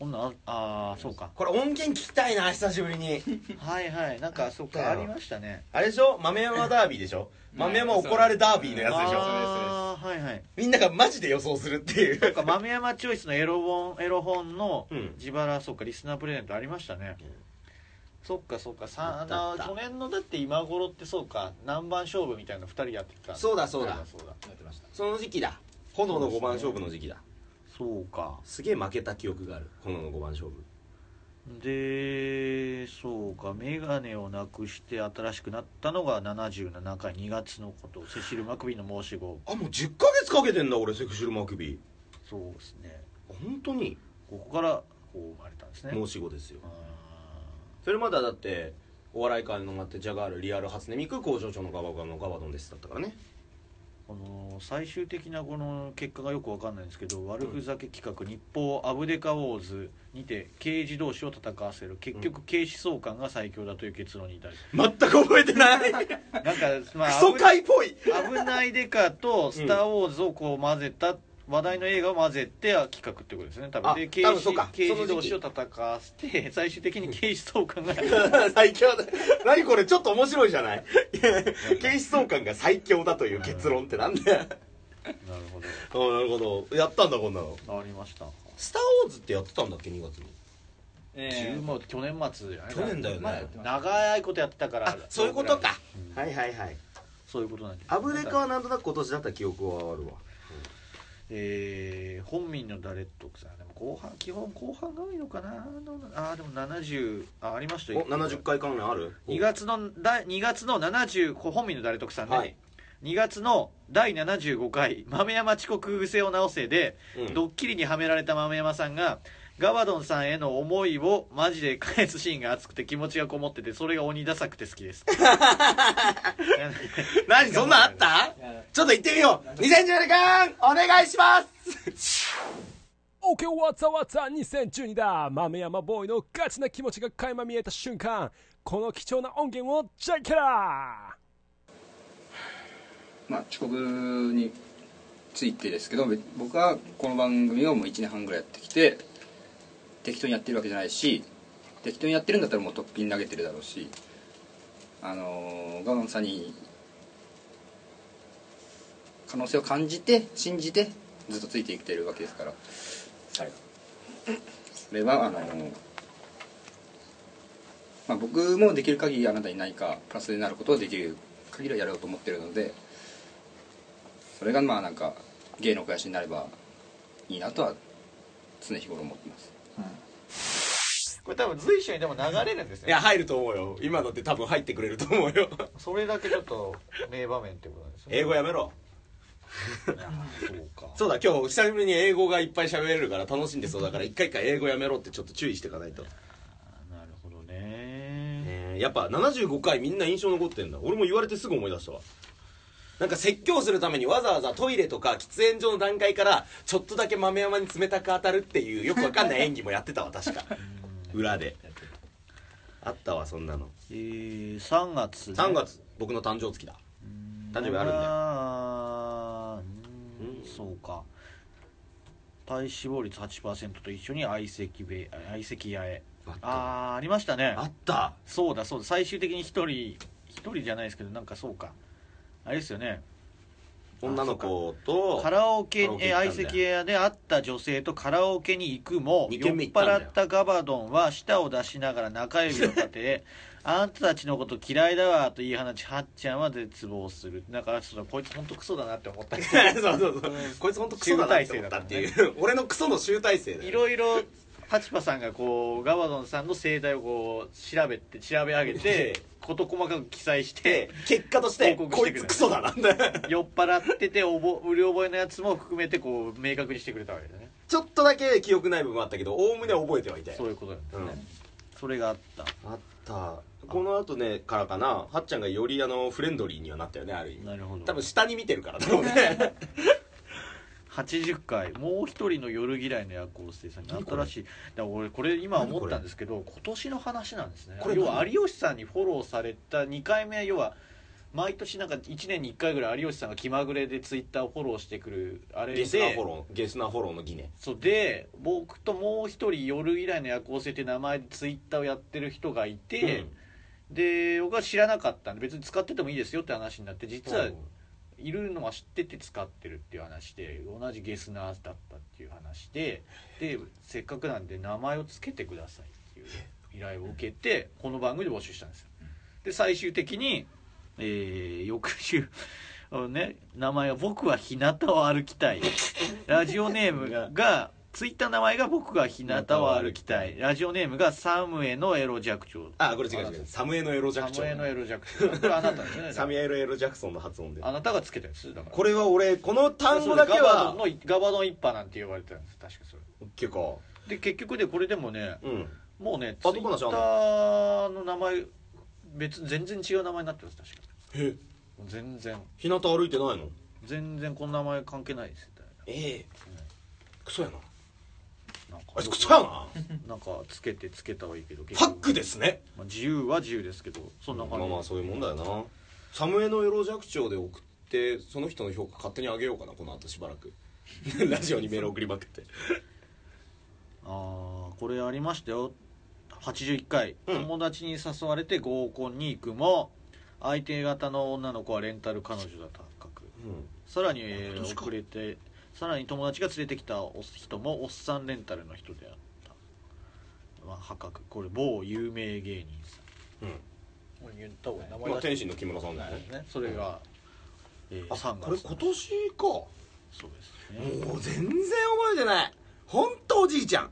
[SPEAKER 3] こんなんああーそうか
[SPEAKER 2] これ音源聞きたいな久しぶりに
[SPEAKER 3] はいはいなんかそうかありましたね
[SPEAKER 2] あれでしょ豆山ダービーでしょ豆山怒られダービーのやつでしょ
[SPEAKER 3] ああはいはい
[SPEAKER 2] みんながマジで予想するってい
[SPEAKER 3] なん
[SPEAKER 2] う
[SPEAKER 3] か豆山チョイスのエロ本エロ本の
[SPEAKER 2] うん
[SPEAKER 3] 自腹、そうかリスナープレゼントありましたね、
[SPEAKER 2] うん
[SPEAKER 3] そっかそっかさ
[SPEAKER 2] あ
[SPEAKER 3] あ
[SPEAKER 2] ったあ
[SPEAKER 3] の
[SPEAKER 2] った
[SPEAKER 3] 去年のだって今頃ってそうか南蛮勝負みたいな2人やってた
[SPEAKER 2] そうだそうだ
[SPEAKER 3] そうだ
[SPEAKER 4] やってました
[SPEAKER 2] その時期だ炎の5番勝負の時期だ
[SPEAKER 3] そうか
[SPEAKER 2] すげえ負けた記憶がある炎の5番勝負
[SPEAKER 3] でそうか眼鏡をなくして新しくなったのが77回2月のことセシル・マクビーの申し子
[SPEAKER 2] あもう10ヶ月かけてんだ俺セクシルマークビー
[SPEAKER 3] そうですね
[SPEAKER 2] 本当に
[SPEAKER 3] ここからこう生まれたんですね
[SPEAKER 2] 申し子ですよ
[SPEAKER 3] あ
[SPEAKER 2] それまではだってお笑い界のマッテジャガールリアル初音ミク工場長のガバガバのガバドンですだったからね
[SPEAKER 3] ーこの最終的なこの結果がよくわかんないんですけど悪ふざけ企画日報アブデカウォーズにて刑事同士を戦わせる結局警視総監が最強だという結論に至る、
[SPEAKER 2] 全く覚えてない [laughs] ク
[SPEAKER 3] なんかまあ
[SPEAKER 2] ソ界っぽい
[SPEAKER 3] 危ないデカと「スター・ウォーズ」をこう混ぜた話題の映画を混ぜて企画ってことですね多分
[SPEAKER 2] あ
[SPEAKER 3] で刑
[SPEAKER 2] 多分そう
[SPEAKER 3] 事
[SPEAKER 2] か
[SPEAKER 3] 刑
[SPEAKER 2] その
[SPEAKER 3] 事
[SPEAKER 2] 時期
[SPEAKER 3] 同士を戦わせて最終的に刑事総監が
[SPEAKER 2] [laughs] 最強だ何これちょっと面白いじゃ [laughs] ないいや警視総監が最強だという結論ってなんだよ
[SPEAKER 3] なるほ
[SPEAKER 2] [laughs] ああなるほどやったんだこんなの
[SPEAKER 3] どありました
[SPEAKER 2] スター・ウォーズってやってたんだっけ2月に
[SPEAKER 5] え
[SPEAKER 3] 10
[SPEAKER 5] ー
[SPEAKER 3] もう去年末じゃない
[SPEAKER 2] 去年だよね
[SPEAKER 5] まだやってます
[SPEAKER 3] 長いことやってたから
[SPEAKER 2] あそういうことかはいはいはい
[SPEAKER 3] そういうことなんです
[SPEAKER 2] アブデカはなんとなく今年だった記憶はあるわ
[SPEAKER 3] えー本民の誰とかさでも後半基本後半が多いのかなあーでも70あありました
[SPEAKER 2] お70回関連ある
[SPEAKER 3] 2月の第2月の70こう本民の誰得さんね、
[SPEAKER 2] はい
[SPEAKER 3] 2月の第75回「豆山遅刻癖を直せで」
[SPEAKER 2] うん
[SPEAKER 3] ドッキリにはめられた豆山さんがガバドンさんへの思いをマジで返すシーンが熱くて気持ちがこもっててそれが鬼ダサくて好きです
[SPEAKER 2] 何そんなんあった
[SPEAKER 5] いや
[SPEAKER 2] ちょっと行ってみよう2010年お願いします
[SPEAKER 6] OK わざわざ2012だ豆山ボーイのガチな気持ちが垣間見えた瞬間この貴重な音源をチェックだ
[SPEAKER 5] まあ、遅刻についてですけどべ僕はこの番組をもう1年半ぐらいやってきて適当にやってるわけじゃないし
[SPEAKER 7] 適当にやってるんだったらもうとっぴに投げてるだろうしあのガバンさんに可能性を感じて信じてずっとついてきてるわけですから
[SPEAKER 5] はい
[SPEAKER 7] それはあの、まあ、僕もできる限りあなたに何かプラスになることをできる限りはやろうと思ってるのでそれがまあなんか芸の肥やしになればいいなとは常日頃思ってます
[SPEAKER 3] [laughs] これ多分随所にでも流れるんです
[SPEAKER 2] い
[SPEAKER 3] ね
[SPEAKER 2] や入ると思うよ今のって多分入ってくれると思うよ
[SPEAKER 3] それだけちょっと名場面ってことなんですね
[SPEAKER 2] 英語やめろ
[SPEAKER 3] そう [laughs] か
[SPEAKER 2] そうだ今日久しぶりに英語がいっぱい喋れるから楽しんでそうだから一回一回英語やめろってちょっと注意していかないと、
[SPEAKER 3] なるほどね
[SPEAKER 2] ねえやっぱ75回みんな印象残ってんだ俺も言われてすぐ思い出したわなんか説教するためにわざわざトイレとか喫煙所の段階からちょっとだけ豆山に冷たく当たるっていうよくわかんない演技もやってたわ確か裏であったわそんなの
[SPEAKER 3] えー、3月、ね、
[SPEAKER 2] 3月僕の誕生月だ誕生日あるんだよ
[SPEAKER 3] あーうーん
[SPEAKER 2] うん
[SPEAKER 3] そうか体脂肪率8%と一緒に相席べ相席屋へ
[SPEAKER 2] あったわ
[SPEAKER 3] あーありましたね
[SPEAKER 2] あった
[SPEAKER 3] そうだそうだ最終的に一人一人じゃないですけどなんかそうかあれですよね
[SPEAKER 2] 女の子と
[SPEAKER 3] カラオケ
[SPEAKER 2] カラオケ
[SPEAKER 3] え
[SPEAKER 2] 行ったんだ
[SPEAKER 3] 相
[SPEAKER 2] よ
[SPEAKER 3] 席屋で会った女性とカラオケに行くも
[SPEAKER 2] 二
[SPEAKER 3] 酔っ
[SPEAKER 2] 軒目行ったんだよ
[SPEAKER 3] 払ったガバドンは舌を出しながら中指を
[SPEAKER 2] [laughs]
[SPEAKER 3] 立てあんたたちのこと嫌いだわと言い放ちはっちゃんは絶望するだからちょっとこいつ本当クソだなって思ったけ
[SPEAKER 2] [laughs] そうそうそうこいつ本当クソだなって思ったっていう、 [laughs] 俺のクソの集大成だ
[SPEAKER 3] ど
[SPEAKER 2] よ
[SPEAKER 3] いろいろパチパさんがこうガバドンさんの生態をこう調べて調べ上げて
[SPEAKER 2] [laughs]
[SPEAKER 3] 事細かく記載して
[SPEAKER 2] で結果として
[SPEAKER 3] 報告
[SPEAKER 2] こ
[SPEAKER 3] して
[SPEAKER 2] い
[SPEAKER 3] くれ
[SPEAKER 2] つ
[SPEAKER 3] る
[SPEAKER 2] クソだなんだ
[SPEAKER 3] 酔っ払ってておぼうる覚えのやつも含めてこう明確にしてくれたわけだね
[SPEAKER 2] [laughs] ちょっとだけ記憶ない部分あったけどおおむね覚えてはいたよ
[SPEAKER 3] そういうことだよね、
[SPEAKER 2] うん
[SPEAKER 3] それがあった
[SPEAKER 2] あったこの後ねからかなはっちゃんがよりあのフレンドリーにはなったよねある意味
[SPEAKER 3] なるほど
[SPEAKER 2] 多分下に見てるからだろう [laughs] ね
[SPEAKER 3] 80回もう一人の夜嫌いの夜行性さんに新しいだから俺これ今思ったんですけど今年の話なんですね
[SPEAKER 2] これ
[SPEAKER 3] 要
[SPEAKER 2] 何
[SPEAKER 3] は有吉さんにフォローされた2回目は要は毎年なんか1年に1回ぐらい有吉さんが気まぐれでツイッターをフォローしてくるあれで
[SPEAKER 2] ゲスナーフォローゲスナーフォローの疑念
[SPEAKER 3] そうで僕ともう一人夜以来の夜行性って名前でツイッターをやってる人がいて、で僕は知らなかったんで別に使っててもいいですよって話になって実ははいるのは知ってて使ってるっていう話で同じゲスナーだったっていう話ででせっかくなんで名前を付けてくださいっていう依頼を受けてこの番組で募集したんですよで最終的に、えー翌週あのね名前は「僕は日向を歩きたい」ラジオネームががツイッターの名前が「僕は日向を歩きたい」ラジオネームが「サムエのエロ弱聴」
[SPEAKER 2] あこれ違う違うサムエのエロジャ
[SPEAKER 3] サ
[SPEAKER 2] クシ
[SPEAKER 3] ムエのエ
[SPEAKER 2] ョン
[SPEAKER 3] ロ弱聴これあなたですよね
[SPEAKER 2] サムエル・エロ・ジャクソンの発音で
[SPEAKER 3] あなたがつけたやつだから
[SPEAKER 2] これは俺この単語だけ
[SPEAKER 3] ガバドン
[SPEAKER 2] は
[SPEAKER 3] のガバドン一派なんて呼ばれてたんです確かそれ
[SPEAKER 2] 結構
[SPEAKER 3] で結局でこれでもね
[SPEAKER 2] うん
[SPEAKER 3] もうねツイ
[SPEAKER 2] あどこの
[SPEAKER 3] ッタ
[SPEAKER 2] 社
[SPEAKER 3] ーの名前別全然違う名前になってます確か
[SPEAKER 2] え
[SPEAKER 3] 全然
[SPEAKER 2] 日向歩いてないの
[SPEAKER 3] 全然この名前関係ないですよ
[SPEAKER 2] ええクソやな
[SPEAKER 3] なんか
[SPEAKER 2] あいつクソやな
[SPEAKER 3] なんかつけてつけたはいいけど
[SPEAKER 2] ハックですね
[SPEAKER 3] まあ自由は自由ですけどそんな
[SPEAKER 2] まあ
[SPEAKER 3] 感じ、
[SPEAKER 2] まあそういうもんだよなサムエのエロ弱調で送ってその人の評価勝手に上げようかなこの後しばらく [laughs] ラジオにメール送りまくって
[SPEAKER 3] ああこれありましたよ81回、
[SPEAKER 2] うん
[SPEAKER 3] 友達に誘われて合コンに行くも相手方の女の子はレンタル彼女だった覚さらに、えー遅れてさらに友達が連れてきたお人もおっさんレンタルの人であった、まあ、破格これ某有名芸人さ
[SPEAKER 2] うん
[SPEAKER 3] んもう言った方がいい名
[SPEAKER 2] まあ
[SPEAKER 3] 出
[SPEAKER 2] 天心の木村さんだよね
[SPEAKER 3] してねそれが、えー、
[SPEAKER 2] あ
[SPEAKER 3] 3月
[SPEAKER 2] これ今年かも
[SPEAKER 3] そうですね
[SPEAKER 2] う全然覚えてない本当おじいちゃん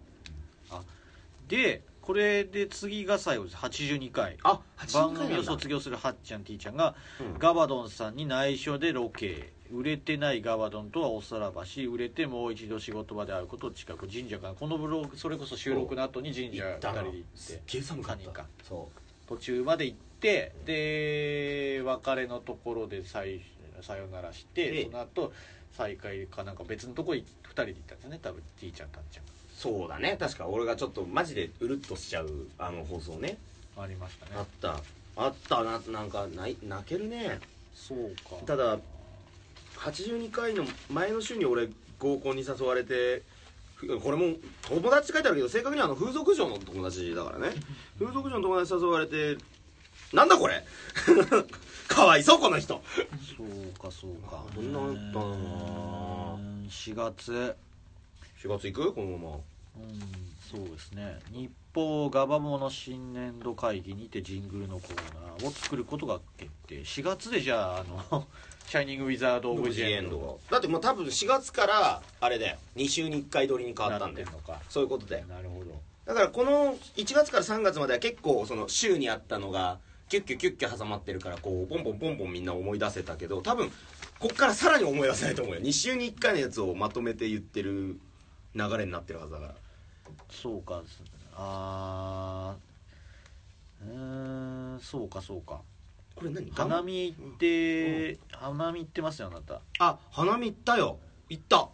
[SPEAKER 3] でこれで次が最後です82回
[SPEAKER 2] あ
[SPEAKER 3] 番
[SPEAKER 2] 8回
[SPEAKER 3] 組
[SPEAKER 2] な
[SPEAKER 3] を
[SPEAKER 2] んだ
[SPEAKER 3] 卒業するはっちゃん T ちゃんが、
[SPEAKER 2] うん
[SPEAKER 3] ガバドンさんに内緒でロケへ売れてないガバドンとはおさらばし売れてもう一度仕事場で会うことを近く神社からこのブログそれこそ収録の後に神社
[SPEAKER 2] 行った
[SPEAKER 3] 2
[SPEAKER 2] な
[SPEAKER 3] 人で行
[SPEAKER 2] す
[SPEAKER 3] っ
[SPEAKER 2] ってげえ寒かっ
[SPEAKER 3] 三人
[SPEAKER 2] た
[SPEAKER 3] か
[SPEAKER 2] そう
[SPEAKER 3] 途中まで行ってで別れのところでさいさよならして
[SPEAKER 2] ええ
[SPEAKER 3] その後再会かなんか別のところ2人で行ったんですね多分 T ちゃんたっちゃ
[SPEAKER 2] そうだね確か俺がちょっとマジでうるっとしちゃうあの放送ね
[SPEAKER 3] んありましたね
[SPEAKER 2] あったあったななんかない泣けるね
[SPEAKER 3] そうか
[SPEAKER 2] ただ82回の前の週に俺合コンに誘われてこれも友達って書いてあるけど正確にはあの風俗嬢の友達だ
[SPEAKER 3] [laughs]
[SPEAKER 2] からね風俗嬢の友達誘われてなんだこれ [laughs] かわいそうこの人
[SPEAKER 3] そうかそうか
[SPEAKER 2] どんなのだろうな
[SPEAKER 3] 4月
[SPEAKER 2] 4月行くこのまま
[SPEAKER 3] うんそうですね日報ガバモの新年度会議にて神宮のコーナーを作ることが決定4月でじゃああの [laughs] シャイニングウィザード・オブ・ジエンド
[SPEAKER 2] だってもう多分4月からあれだよ2週に1回撮りに変わったんだよ
[SPEAKER 3] なってんのか
[SPEAKER 2] そういうことだよ
[SPEAKER 3] なるほど
[SPEAKER 2] だからこの1月から3月までは結構その週にあったのがキュッキュキュッキュ挟まってるからこうポンポンポンポンみんな思い出せたけど多分こっからさらに思い出せないと思うよ2週に1回のやつをまとめて言ってる流れになってるはずだから
[SPEAKER 3] そうかあーうーんそうかそうか
[SPEAKER 2] これ何
[SPEAKER 3] 花見行って、花見行ってますよあなた
[SPEAKER 2] あ花見行ったよ行った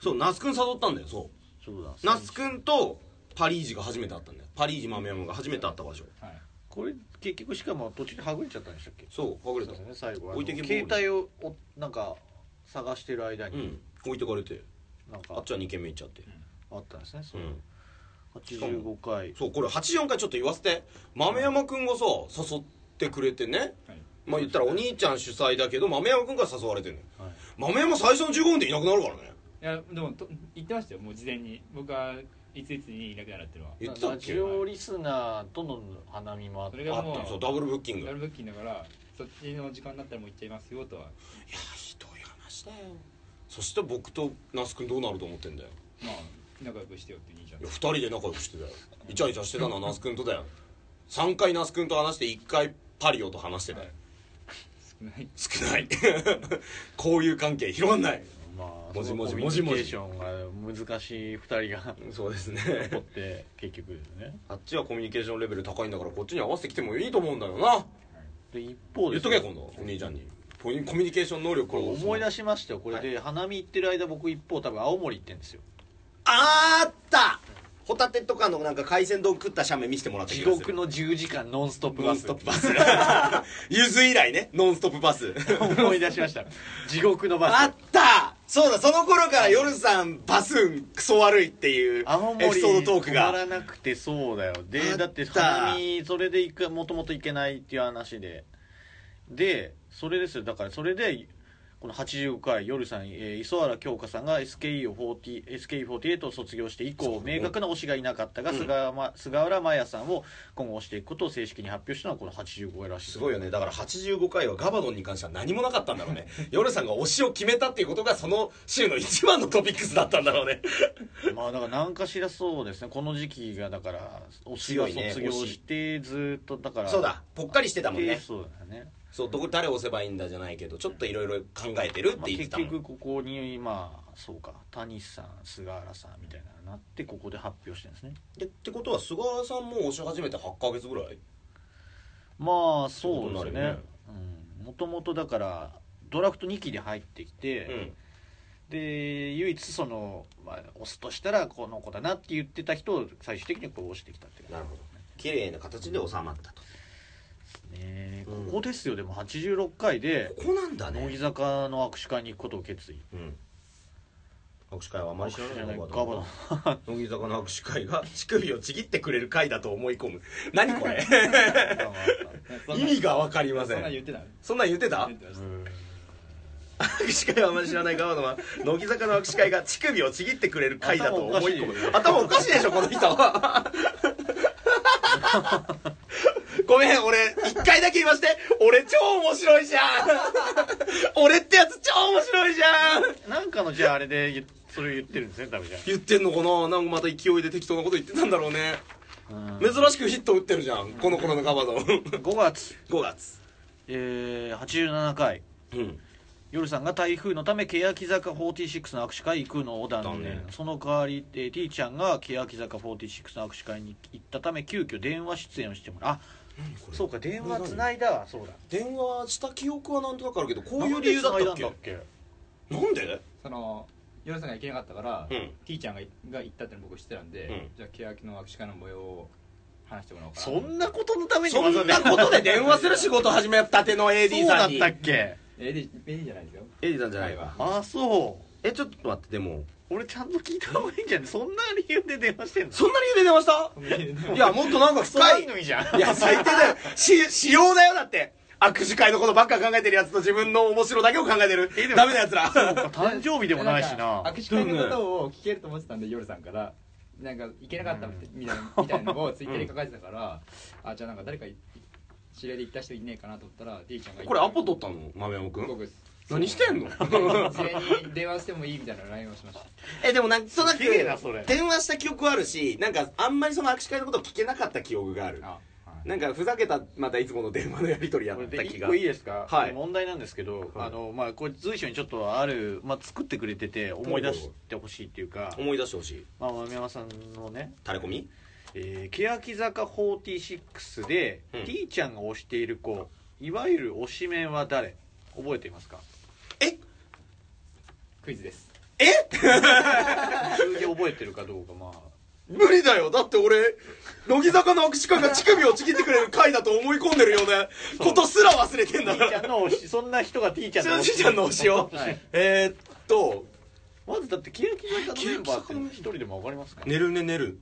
[SPEAKER 2] そう那須くん誘ったんだよそう
[SPEAKER 3] そうだ
[SPEAKER 2] 那須くんとパリージが初めて会ったんだよパリージ豆山が初めて会った場所
[SPEAKER 3] これ結局しかも途中ではぐれちゃったんでしたっけ
[SPEAKER 2] そうはぐれ
[SPEAKER 3] そ
[SPEAKER 2] た
[SPEAKER 3] うですね最後あの
[SPEAKER 2] 置いてけぼり
[SPEAKER 3] 携帯をおなんか探してる間
[SPEAKER 2] う
[SPEAKER 3] に、
[SPEAKER 2] ん置いてかれて
[SPEAKER 3] なんか
[SPEAKER 2] あっちは2軒目行っちゃって
[SPEAKER 3] あったんですね、そううん85回
[SPEAKER 2] そうこれ84回ちょっと言わせて豆山くんがさ誘ってくれてね、
[SPEAKER 4] はい
[SPEAKER 2] まあ言ったらお兄ちゃん主催だけど豆山くんから誘われてるのよ、
[SPEAKER 3] はい
[SPEAKER 2] 豆山最初の15分でいなくなるからね
[SPEAKER 4] いやでもと言ってましたよもう事前に僕はいついつにいなくなるっていうのは
[SPEAKER 2] 言ってた
[SPEAKER 3] ラ
[SPEAKER 2] っけ
[SPEAKER 3] ジオリスナーとの花見もあっ
[SPEAKER 4] そ
[SPEAKER 3] て
[SPEAKER 4] れ
[SPEAKER 2] あ
[SPEAKER 4] がも
[SPEAKER 2] ったそう
[SPEAKER 4] う
[SPEAKER 2] ダブルブッキングい
[SPEAKER 4] ダ
[SPEAKER 2] や
[SPEAKER 4] ブルブッキングだからそっちの時間だったらもう行っちゃいますよとは
[SPEAKER 2] ひどい話だよそして僕と那須くんどうなると思ってんだよ
[SPEAKER 4] まあ仲良くしてよって兄ちゃん
[SPEAKER 2] いや2人で仲良くしてたよイチャイチャしてたのは那須くんとだよ3回那須くんと話して1回パリオと話してたよ、
[SPEAKER 4] はい少ない
[SPEAKER 2] 少ない [laughs] こういう関係広がんない
[SPEAKER 3] まあ
[SPEAKER 2] もじもじ
[SPEAKER 3] そのコミュニケーションが難しい2人が
[SPEAKER 2] そうですね [laughs]
[SPEAKER 3] 残って結局ですね
[SPEAKER 2] あっちはコミュニケーションレベル高いんだからこっちに合わせてきてもいいと思うんだよな
[SPEAKER 3] で一
[SPEAKER 2] 言
[SPEAKER 3] 方で
[SPEAKER 2] っとけ今度お兄ちゃんにコミュニケーション能力
[SPEAKER 3] これ
[SPEAKER 2] を
[SPEAKER 3] 思い出しましたよこれで花見行ってる間僕一方多分青森行ってんですよ
[SPEAKER 2] あーったホタテとかのなんか海鮮丼食った写メ見せてもらった
[SPEAKER 3] 地
[SPEAKER 2] 気がす
[SPEAKER 3] 獄
[SPEAKER 2] る
[SPEAKER 3] の10時間ノンストップ
[SPEAKER 2] ノ
[SPEAKER 3] バ
[SPEAKER 2] ンス
[SPEAKER 3] ス
[SPEAKER 2] トップバス [laughs] ゆず以来ねノンストップバス
[SPEAKER 3] [laughs] 思い出しました地獄の
[SPEAKER 2] あ
[SPEAKER 3] バ
[SPEAKER 2] っ
[SPEAKER 3] ス
[SPEAKER 2] たそうだその頃から夜さんバスンクソ悪いっていう
[SPEAKER 3] 青
[SPEAKER 2] エピ
[SPEAKER 3] 森
[SPEAKER 2] ソードトーク
[SPEAKER 3] 止まら
[SPEAKER 2] が
[SPEAKER 3] なくてそうだよ
[SPEAKER 2] あっ
[SPEAKER 3] で
[SPEAKER 2] た
[SPEAKER 3] だって花見それで行くもともと行けないっていう話ででそれですよだからそれでこの85回夜さん、えー磯原京香さんが SKE40 SKE48 を卒業して以降明確な推しがいなかったが、菅ま、菅原麻也さんを今後推していくことを正式に発表したのはこの85回らしいです
[SPEAKER 2] すごいよねだから85回はガバドンに関しては何もなかったんだろうね夜さんが推しを決めたっていうことがその週の一番のトピックスだったんだろうね
[SPEAKER 3] まあだから何かしらそうですねこの時期がだから推しが
[SPEAKER 2] 強いね
[SPEAKER 3] 卒業してずっとだから
[SPEAKER 2] そうだぽっかりしてたもん
[SPEAKER 3] で
[SPEAKER 2] ね
[SPEAKER 3] そうだね
[SPEAKER 2] そうどこ誰押せばいいんだじゃないけどちょっといろいろ考えてるっ
[SPEAKER 3] まあ、
[SPEAKER 2] て言って
[SPEAKER 3] 結
[SPEAKER 2] たもん、
[SPEAKER 3] 局ここにまあそうか谷さん菅原さんみたいななってここで発表してるんですね
[SPEAKER 2] でってことは菅原さんも押し始めて8ヶ月ぐらい
[SPEAKER 3] まあそうです
[SPEAKER 2] そういうことになるよ
[SPEAKER 3] ね
[SPEAKER 2] ね
[SPEAKER 3] もともとだからドラフト2期で入ってきて、
[SPEAKER 2] うん
[SPEAKER 3] で唯一その、まあ、押すとしたらこの子だなって言ってた人を最終的にこう押してきたっていう
[SPEAKER 2] なるほど綺麗な形で収まったと
[SPEAKER 3] ね
[SPEAKER 2] うん
[SPEAKER 3] ここですよでも86回で
[SPEAKER 2] ここなんだ
[SPEAKER 3] 乃木
[SPEAKER 2] ね
[SPEAKER 3] 坂の握手会に行くことを決意
[SPEAKER 2] うん握手会はあまり知らない
[SPEAKER 3] ガ
[SPEAKER 2] の
[SPEAKER 3] バの
[SPEAKER 2] 乃木坂の握手会が乳首をちぎってくれる会だと思い込 [laughs] む何これ意味が分かりませ
[SPEAKER 4] そんなん言
[SPEAKER 2] ん
[SPEAKER 4] ってたの
[SPEAKER 2] そんなん言ってた
[SPEAKER 4] 言ってました
[SPEAKER 2] 握手会はあまり知らない側のは乃木坂の握手会が乳首をちぎってくれる会だと思い込む頭おかしいでしょこの人ごめん俺一回だけ言わして俺超面白いじゃん俺ってやつ超面白いじゃん
[SPEAKER 3] なんかのじゃああれで言っそれを言ってるんですね多分じゃあ
[SPEAKER 2] 言ってんのかななんかまた勢いで適当なこと言ってたんだろうね珍しくヒット打ってるじゃんこの頃のガバドン5
[SPEAKER 3] 5月、
[SPEAKER 2] 月
[SPEAKER 3] えー、87回
[SPEAKER 2] うん
[SPEAKER 3] 夜さんが台風のため欅坂46の握手会行くのを断念
[SPEAKER 2] 断念
[SPEAKER 3] その代わり、えー、T ちゃんが欅坂46の握手会に行ったため急遽電話出演をしてもらうあそうか電話つないだわそうだ
[SPEAKER 2] 電話した記憶はなんとなくあるけどこういう理由だったっけ
[SPEAKER 3] なん
[SPEAKER 2] な
[SPEAKER 3] で繋いだんだ
[SPEAKER 2] んで
[SPEAKER 4] その夜さんが行けなかったから、
[SPEAKER 2] うん
[SPEAKER 4] ティ T ちゃんがが行ったっての僕知ってたんで、
[SPEAKER 2] うん
[SPEAKER 4] じゃあ欅の握手会の模様を話してもらおうかな
[SPEAKER 3] そんなことのために
[SPEAKER 2] そんなことで電話する仕事 [laughs] 始めたての AD
[SPEAKER 3] そうだ
[SPEAKER 2] さ
[SPEAKER 3] っ
[SPEAKER 2] んに
[SPEAKER 3] たっけ
[SPEAKER 4] AD, AD じゃないですよ
[SPEAKER 2] AD さんじゃ
[SPEAKER 4] な
[SPEAKER 2] ないいわ
[SPEAKER 4] わ
[SPEAKER 3] ああそう
[SPEAKER 2] えちょっと待ってでも
[SPEAKER 3] 俺ちゃんと聞いた方がいいんじゃないそんな理由で電話してんの
[SPEAKER 2] そんな理由で出ましたいやもっとなんか
[SPEAKER 3] クソな
[SPEAKER 2] 深い
[SPEAKER 3] いのにじゃん
[SPEAKER 2] いや最低だよし仕様だよだって握手会のことばっか考えてるやつと自分の面白だけを考えてるダメなやつら
[SPEAKER 3] 誕生日でもないしな
[SPEAKER 4] 握手会のことを聞けると思ってたんで夜さんからなんか行けなかったみたいみたいなみたいなのをツイッターに書かれてたから、あじゃあなんか誰かい知り合いで行った人いねえかなと思ったら D ちゃん
[SPEAKER 2] [laughs]
[SPEAKER 4] が
[SPEAKER 2] これアポ取ったの豆山くん
[SPEAKER 4] 僕
[SPEAKER 2] 何してんの
[SPEAKER 4] 全員に電話してもいいみたいな LINE をしました
[SPEAKER 2] [laughs] えでもなんとなく
[SPEAKER 3] すげえなそれ
[SPEAKER 2] 電話した記憶はあるしなんかあんまりその握手会のことを聞けなかった記憶がある
[SPEAKER 4] あ、はい、
[SPEAKER 2] なんかふざけたまたいつもの電話のやり取りやっ
[SPEAKER 3] これ
[SPEAKER 2] た
[SPEAKER 3] で
[SPEAKER 2] 気
[SPEAKER 3] 一
[SPEAKER 2] が
[SPEAKER 3] 個いいですか、
[SPEAKER 2] はい
[SPEAKER 3] 問題なんですけど、
[SPEAKER 2] はい
[SPEAKER 3] あのまあこれ随所にちょっとある、まあ、作ってくれてて思い出してほしいっていうか、
[SPEAKER 2] 思い出してほしい
[SPEAKER 3] まあ、豆山さんのね、
[SPEAKER 2] タレコミ
[SPEAKER 3] えー、欅坂46で、
[SPEAKER 2] うん
[SPEAKER 3] T ちゃんが推している子いわゆる推しメンは誰覚えていますか
[SPEAKER 4] クイズです
[SPEAKER 3] それで覚えてるかどうか
[SPEAKER 2] [laughs]
[SPEAKER 3] まあ
[SPEAKER 2] 無理だよだって俺乃木坂の握手会が乳首をちぎってくれる回だと思い込んでるようなことすら忘れてん
[SPEAKER 3] T
[SPEAKER 2] だ
[SPEAKER 3] ち
[SPEAKER 2] か
[SPEAKER 3] ゃん
[SPEAKER 2] ら
[SPEAKER 3] の推しそんな人が T ちゃんの推
[SPEAKER 2] し
[SPEAKER 3] し
[SPEAKER 2] ちゃんの推しを
[SPEAKER 4] はい
[SPEAKER 2] えーっと
[SPEAKER 3] まずだって欅坂のメンバーって一人でも分かりますか、
[SPEAKER 2] 寝るね寝る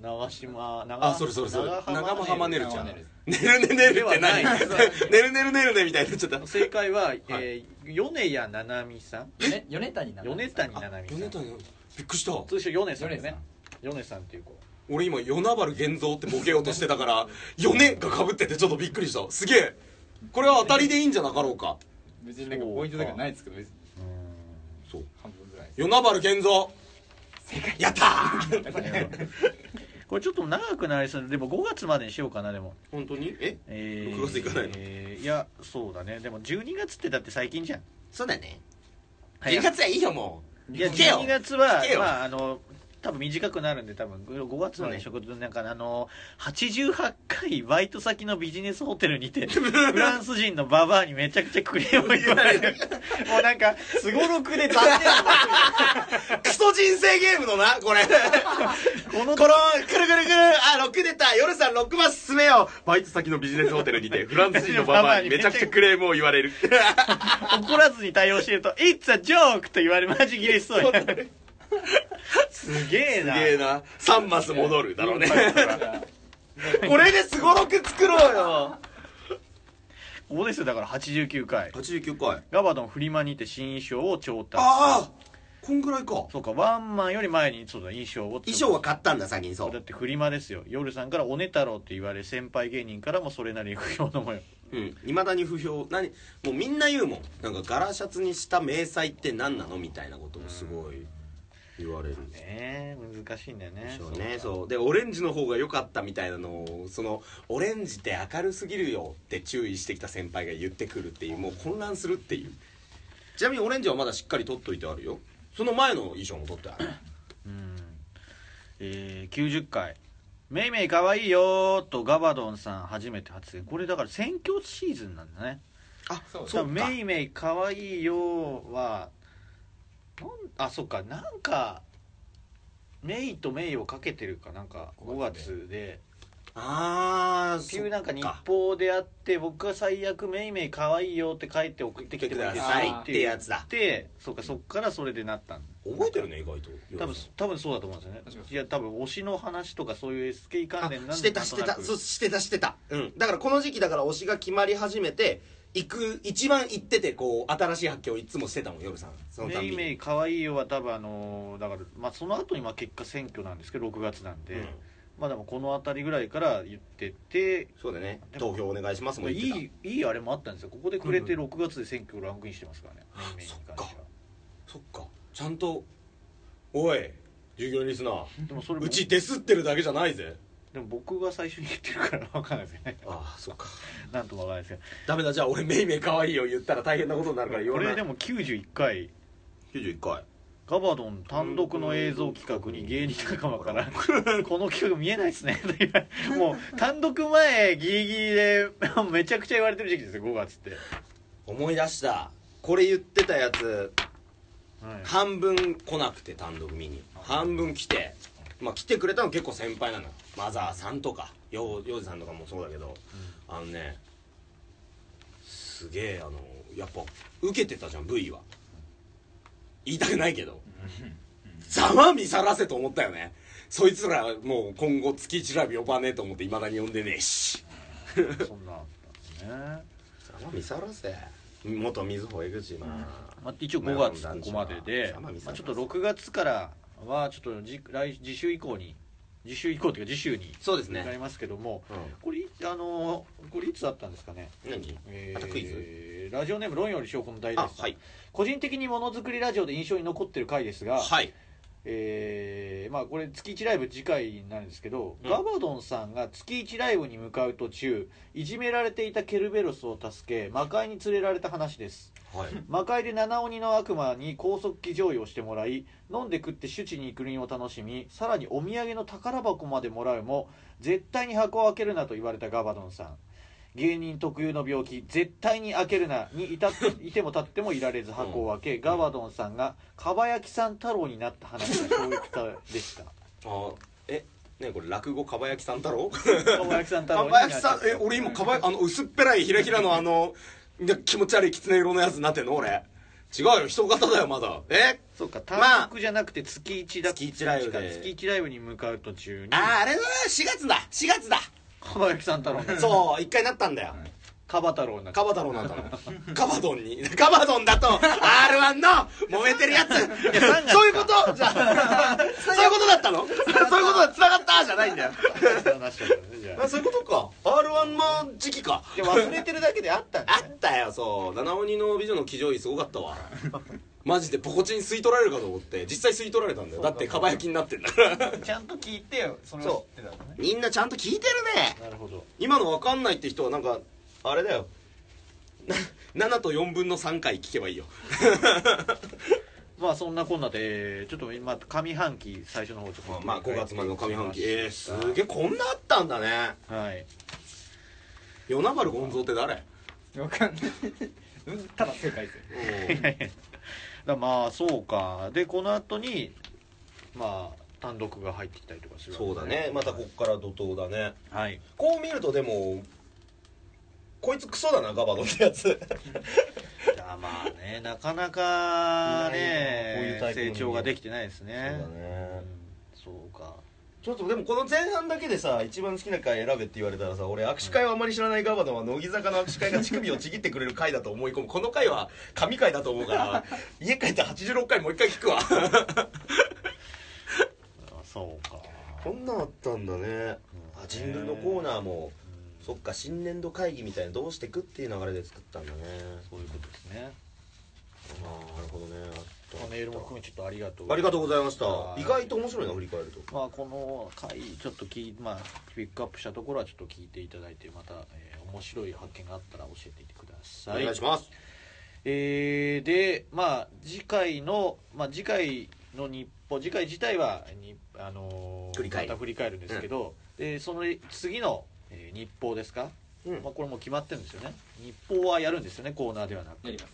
[SPEAKER 3] 長島長
[SPEAKER 2] あそれそれそれ長浜ねるちゃん
[SPEAKER 4] 長浜ねる
[SPEAKER 2] 寝るね寝るって
[SPEAKER 3] では
[SPEAKER 2] 何
[SPEAKER 3] ない
[SPEAKER 2] 寝るねるねるねみたいになっちゃった
[SPEAKER 3] 正解は、えー、米谷七海さん
[SPEAKER 4] よね米谷な
[SPEAKER 3] 米谷七海さん
[SPEAKER 2] びっくりした
[SPEAKER 3] 通称米さん
[SPEAKER 4] 米
[SPEAKER 3] で
[SPEAKER 4] さん、
[SPEAKER 3] すね米さんっていう子
[SPEAKER 2] 俺今与那原現像ってボケようとしてたから4年がかぶっててちょっとびっくりしたすげえこれは当たりでいいんじゃなかろうか
[SPEAKER 4] 別になんかポイントとかないですけど別に
[SPEAKER 2] そう
[SPEAKER 4] 半分ぐらいです
[SPEAKER 2] 与那原現像やったー
[SPEAKER 3] [laughs] これちょっと長くなりそうででも5月までにしようかなでも
[SPEAKER 2] [laughs] 本当にえ
[SPEAKER 3] え
[SPEAKER 2] 6月行かないの
[SPEAKER 3] えーいやそうだねでも12月ってだって最近じゃん
[SPEAKER 2] そうだね
[SPEAKER 3] はい
[SPEAKER 2] 12月はいいよもう
[SPEAKER 3] いや
[SPEAKER 2] 聞けよ
[SPEAKER 3] 12月は
[SPEAKER 2] 聞けよ
[SPEAKER 3] まああの多分短くなるんで多分5月まで食事なんかあの88回バイト先のビジネスホテ
[SPEAKER 2] [laughs]
[SPEAKER 3] ルにてフランス人のババアにめちゃくちゃクレームを言われるもうなんかすごろくで残
[SPEAKER 2] クソ人生ゲームのなこ [laughs] れ
[SPEAKER 3] 念この
[SPEAKER 2] [laughs] このくるくるくるあロック出た夜さんロックマス進めようバイト先のビジネスホテルにてフランス人のババアにめちゃくちゃクレームを言わ [laughs] れる
[SPEAKER 3] 怒らずに対応してると「It's a joke!」と言われマジギレしそうになるすげえ
[SPEAKER 2] す
[SPEAKER 3] な
[SPEAKER 2] げえな3マス戻るだろうね [laughs] これですごろく作ろう [laughs] よ
[SPEAKER 3] ここですよだから89回
[SPEAKER 2] 89回
[SPEAKER 3] ガバドンフリマにて新衣装を調達
[SPEAKER 2] ああこんぐらいか衣
[SPEAKER 3] そうかワンマンより前にそうだ衣装を
[SPEAKER 2] 装は買ったんだ先にそ
[SPEAKER 3] だ
[SPEAKER 2] う
[SPEAKER 3] ってフリマですよ夜さんから「おね太郎」って言われ先輩芸人からもそれなりに不評のもよ
[SPEAKER 2] うんいまだに不評何もうみんな言うもんなんか柄シャツにした迷彩って何なのみたいなことをすごい言われる
[SPEAKER 3] [laughs] ねえ難しいんだよね
[SPEAKER 2] そうねそうでオレンジの方が良かったみたいなのをそのオレンジって明るすぎるよって注意してきた先輩が言ってくるっていうもう混乱するっていうちなみにオレンジはまだしっかり取っといてあるよその前の衣装も取ってある
[SPEAKER 3] うんえー、90回「めいめいかわいいよ」とガバドンさん初めて発言これだから選挙シーズンなんだね
[SPEAKER 2] あ
[SPEAKER 4] そう
[SPEAKER 3] 多分めいめいかわいいよ」はなんあそっかなんかメイとメイをかけてるかなんか5月で
[SPEAKER 2] ああ
[SPEAKER 3] っていうなんか日報であって僕が最悪めいめい可愛いよって書いて送ってきてくださいってやつだでそうかそっからそれでなったん
[SPEAKER 2] 覚えてるね意外と
[SPEAKER 3] 多分多分そうだと思うんですよ
[SPEAKER 4] 確か
[SPEAKER 3] ね
[SPEAKER 4] に
[SPEAKER 3] いや多分推しの話とかそういう SK 関連なん
[SPEAKER 2] あ
[SPEAKER 3] で
[SPEAKER 2] してたして
[SPEAKER 3] なん
[SPEAKER 2] た
[SPEAKER 3] となく
[SPEAKER 2] そうしてたしてたうんだからこの時期だから推しが決まり始めて行く一番行っててこう新しい発見をいつもしてたもん夜さんそのた
[SPEAKER 3] め
[SPEAKER 2] んび
[SPEAKER 3] い
[SPEAKER 2] に
[SPEAKER 3] めい可愛いよは多分あのーだからまあその後にまあ結果選挙なんですけど6月なんで、
[SPEAKER 2] うん
[SPEAKER 3] まあでもこの辺りぐらいから言ってて
[SPEAKER 2] そうだね
[SPEAKER 3] でも
[SPEAKER 2] 投票お願いしますもん
[SPEAKER 3] い
[SPEAKER 2] 言ってた
[SPEAKER 3] いいいあれもあったんですよここでくれて6月で選挙ランクインしてますからね、めいめいに関しては
[SPEAKER 2] そっかちゃんとおい従業員リスナー
[SPEAKER 3] でもそれも
[SPEAKER 2] うちディスってるだけじゃないぜ
[SPEAKER 3] でも僕が最初に言ってるから分かんないですよね [laughs]
[SPEAKER 2] ああそっか
[SPEAKER 3] なんとも分かんないですよ
[SPEAKER 2] ダメだじゃあ俺めいめい可愛いよ言ったら大変なことになるから言
[SPEAKER 3] こ
[SPEAKER 2] わな
[SPEAKER 3] れ
[SPEAKER 2] い
[SPEAKER 3] でも91回
[SPEAKER 2] 91回
[SPEAKER 3] ガバドン単独の映像企画に芸人仲間か
[SPEAKER 2] [laughs]
[SPEAKER 3] ら「この企画見えないっすね」 [laughs] と言われもう単独前ギリギリで [laughs] めちゃくちゃ言われてる時期ですよ5月って、
[SPEAKER 2] 思い出したこれ言ってたやつ
[SPEAKER 3] はい
[SPEAKER 2] [laughs] 半分来なくて単独見に半分来てまあ来てくれたの結構先輩なのよマザーさんとかようようじさんとかもそうだけど、あのねすげえあのやっぱ受けてたじゃん V は言いたくないけどざまみさらせと思ったよねそいつらもう今後月一ライブ呼ばねえと思っていまだに呼んでねえし
[SPEAKER 3] そんなあったんだね
[SPEAKER 2] ざまみさらせ元水穂江口な、
[SPEAKER 3] まあ、一応5月ここまでで、まあ、ちょっと6月からはちょっとじ来次週以降に次週以降というか次週に
[SPEAKER 2] そうです
[SPEAKER 3] なり
[SPEAKER 2] ね、
[SPEAKER 3] ますけども、
[SPEAKER 2] うん
[SPEAKER 3] これいあのーこれいつだったんですかね、
[SPEAKER 2] 何
[SPEAKER 3] え
[SPEAKER 2] またクイ
[SPEAKER 3] ズラジオネーム「論より証拠の大
[SPEAKER 2] あ
[SPEAKER 3] です」
[SPEAKER 2] はい
[SPEAKER 3] 個人的にものづくりラジオで印象に残ってる回ですが、
[SPEAKER 2] はい
[SPEAKER 3] えーまあ、これ月1ライブ次回になるんですけど、
[SPEAKER 2] うん
[SPEAKER 3] ガバドンさんが月1ライブに向かう途中いじめられていたケルベロスを助け魔界に連れられた話です
[SPEAKER 2] はい
[SPEAKER 3] 魔界で七鬼の悪魔に高速騎乗位をしてもらい飲んで食って酒地に行くのを楽しみさらにお土産の宝箱までもらうも絶対に箱を開けるなと言われたガバドンさん芸人特有の病気絶対に開けるなに至っていても立ってもいられず箱を開け、ガバドンさんがかば焼きさん太郎になった話が衝撃的でした
[SPEAKER 2] あえねこれ落語かばやきさん太郎
[SPEAKER 3] かば焼きさん太郎
[SPEAKER 2] か
[SPEAKER 3] に
[SPEAKER 2] ば
[SPEAKER 3] な
[SPEAKER 2] やき
[SPEAKER 3] っちゃっ
[SPEAKER 2] さんえ俺今かばやあの薄っぺらいひらひらのあのね気持ち悪いきつね色のやつになってんの俺違うよ人型だよまだえ
[SPEAKER 3] そうか単
[SPEAKER 2] まあ
[SPEAKER 3] 独じゃなくて月1だ
[SPEAKER 2] 月一ライブで
[SPEAKER 3] 確かに月1ライブに向かう途中に
[SPEAKER 2] あーあれだ4月だ4月だ
[SPEAKER 3] かば焼きさん太郎になった
[SPEAKER 2] そう一回なったんだよ
[SPEAKER 3] かば太郎になった
[SPEAKER 2] カバ太郎になった [laughs] のカバドンにカバドンだと R1 の揉めてるやつそういうことじゃ [laughs] あそういうことだったのそういうことだ繋がったじゃないんだよあそういうことか R1 の時期か
[SPEAKER 3] で忘れてるだけであったんだ
[SPEAKER 2] あったよそう七鬼の美女の騎乗位すごかったわマジでポコチン吸い取られるかと思って実際吸い取られたんだよだってかば焼きになってんだから
[SPEAKER 5] ちゃんと聞いてよそれを知ってたのね
[SPEAKER 2] みんなちゃんと聞いてるね
[SPEAKER 3] なるほど
[SPEAKER 2] 今のわかんないって人はなんかあれだよな7と4分の3回聞けばいいよ
[SPEAKER 3] まあそんなこんなでえーちょっと今上半期最初の方ちょっと
[SPEAKER 2] まあ5月までの上半期えー、す
[SPEAKER 3] は
[SPEAKER 2] げえこんなあったんだね
[SPEAKER 3] い [laughs]
[SPEAKER 2] 与那原権蔵って誰
[SPEAKER 4] わかんないうんただ正解ですよ
[SPEAKER 2] うん
[SPEAKER 3] だからまあそうかでこの後にまあ単独が入ってきたりとかするわけ
[SPEAKER 2] そうだねまたこっから怒涛だね
[SPEAKER 3] はい
[SPEAKER 2] こう見るとでもこいつクソだなガバドンってやつ
[SPEAKER 3] いやまあねなかなか
[SPEAKER 2] いない
[SPEAKER 3] ね
[SPEAKER 2] なこういうタイプの
[SPEAKER 3] 成長ができてないですね
[SPEAKER 2] そうだね
[SPEAKER 3] うんそうか
[SPEAKER 2] ちょっとでもこの前半だけでさ一番好きな回選べって言われたらさ俺握手会をあまり知らないガバドンは乃木坂の握手会が乳首をちぎってくれる回だと思い込むこの回は神回だと思う [laughs] から家帰って86回もう一回聞くわ
[SPEAKER 3] あそうか
[SPEAKER 2] こんなんあったんだねあジングルのコーナーもそっか新年度会議みたいなどうしてくっていう流れで作ったんだね
[SPEAKER 3] そういうことですね
[SPEAKER 2] ああなるほどねあった
[SPEAKER 3] まあメールも含めちょっとありがとう
[SPEAKER 2] ありがとうございました
[SPEAKER 3] はい
[SPEAKER 2] 意外と面白いな振り返ると
[SPEAKER 3] まあ、この回ちょっとき、まあ、ピックアップしたところはちょっと聞いていただいてまた、えー面白い発見があったら教えていてくだ
[SPEAKER 2] お
[SPEAKER 3] さい
[SPEAKER 2] 願いします
[SPEAKER 3] えーでまあ次回の、まあ、次回の日報次回自体はに、あのー
[SPEAKER 2] 振り返る
[SPEAKER 3] また振り返るんですけど、でその次の、えー日報ですか、
[SPEAKER 2] うん
[SPEAKER 3] まあ、これもう決まってるんですよね日報はやるんですよねコーナーではなく
[SPEAKER 4] やります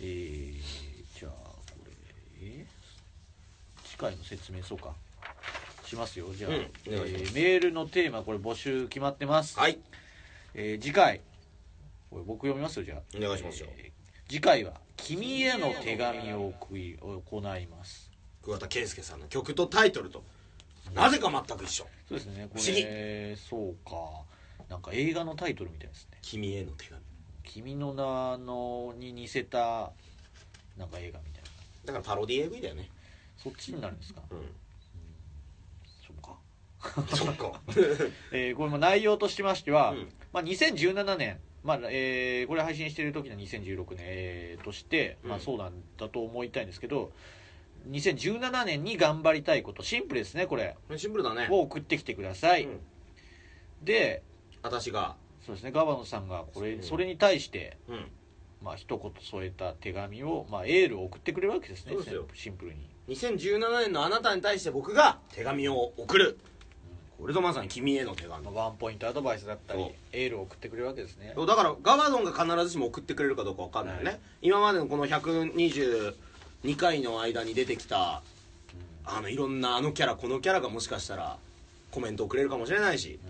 [SPEAKER 3] えーじゃあこれ、えー次回の説明そうかしますよじゃあ、
[SPEAKER 2] うん
[SPEAKER 3] え
[SPEAKER 2] お願いします
[SPEAKER 3] ーメールのテーマこれ募集決まってます、
[SPEAKER 2] はい
[SPEAKER 3] えー次回これ僕読みますよじゃあ
[SPEAKER 2] お願いしますよ
[SPEAKER 3] えー次回は「君への手紙」を送り行います
[SPEAKER 2] 桑田佳祐さんの曲とタイトルとなぜか全く一緒
[SPEAKER 3] そうですねこ
[SPEAKER 2] 不思
[SPEAKER 3] れそうかなんか映画のタイトルみたいですね
[SPEAKER 2] 君への手紙
[SPEAKER 3] 「君の名の」に似せたなんか映画みたいな
[SPEAKER 2] だからパロディ AV だよね
[SPEAKER 3] そっちになるんですか
[SPEAKER 2] うん
[SPEAKER 3] そうか
[SPEAKER 2] そっか
[SPEAKER 3] えーこれも内容としましては、
[SPEAKER 2] うん
[SPEAKER 3] まあ、2017年、まあえーこれ配信している時の2016年、えーとして、
[SPEAKER 2] う
[SPEAKER 3] まあ、
[SPEAKER 2] ん
[SPEAKER 3] そうなんだと思いたいんですけど2017年に頑張りたいことシンプルですねこれ
[SPEAKER 2] [laughs] シンプルだね
[SPEAKER 3] を送ってきてください、
[SPEAKER 2] うん
[SPEAKER 3] で
[SPEAKER 2] 私が
[SPEAKER 3] そうですねガバノさんがこれ
[SPEAKER 2] うん
[SPEAKER 3] それに対して、
[SPEAKER 2] うん
[SPEAKER 3] まあ一言添えた手紙を、まあ、エールを送ってくれるわけですね
[SPEAKER 2] そうですよ
[SPEAKER 3] シンプルに
[SPEAKER 2] 2017年のあなたに対して僕が手紙を送るこれぞまさに君への手紙
[SPEAKER 3] まあワンポイントアドバイスだった
[SPEAKER 2] そう
[SPEAKER 3] りエールを送ってくれるわけですね
[SPEAKER 2] そうだからガバドンが必ずしも送ってくれるかどうかわかんないよね、
[SPEAKER 3] は
[SPEAKER 2] 今までのこの122回の間に出てきたあのいろんなあのキャラこのキャラがもしかしたらコメントをくれるかもしれないし、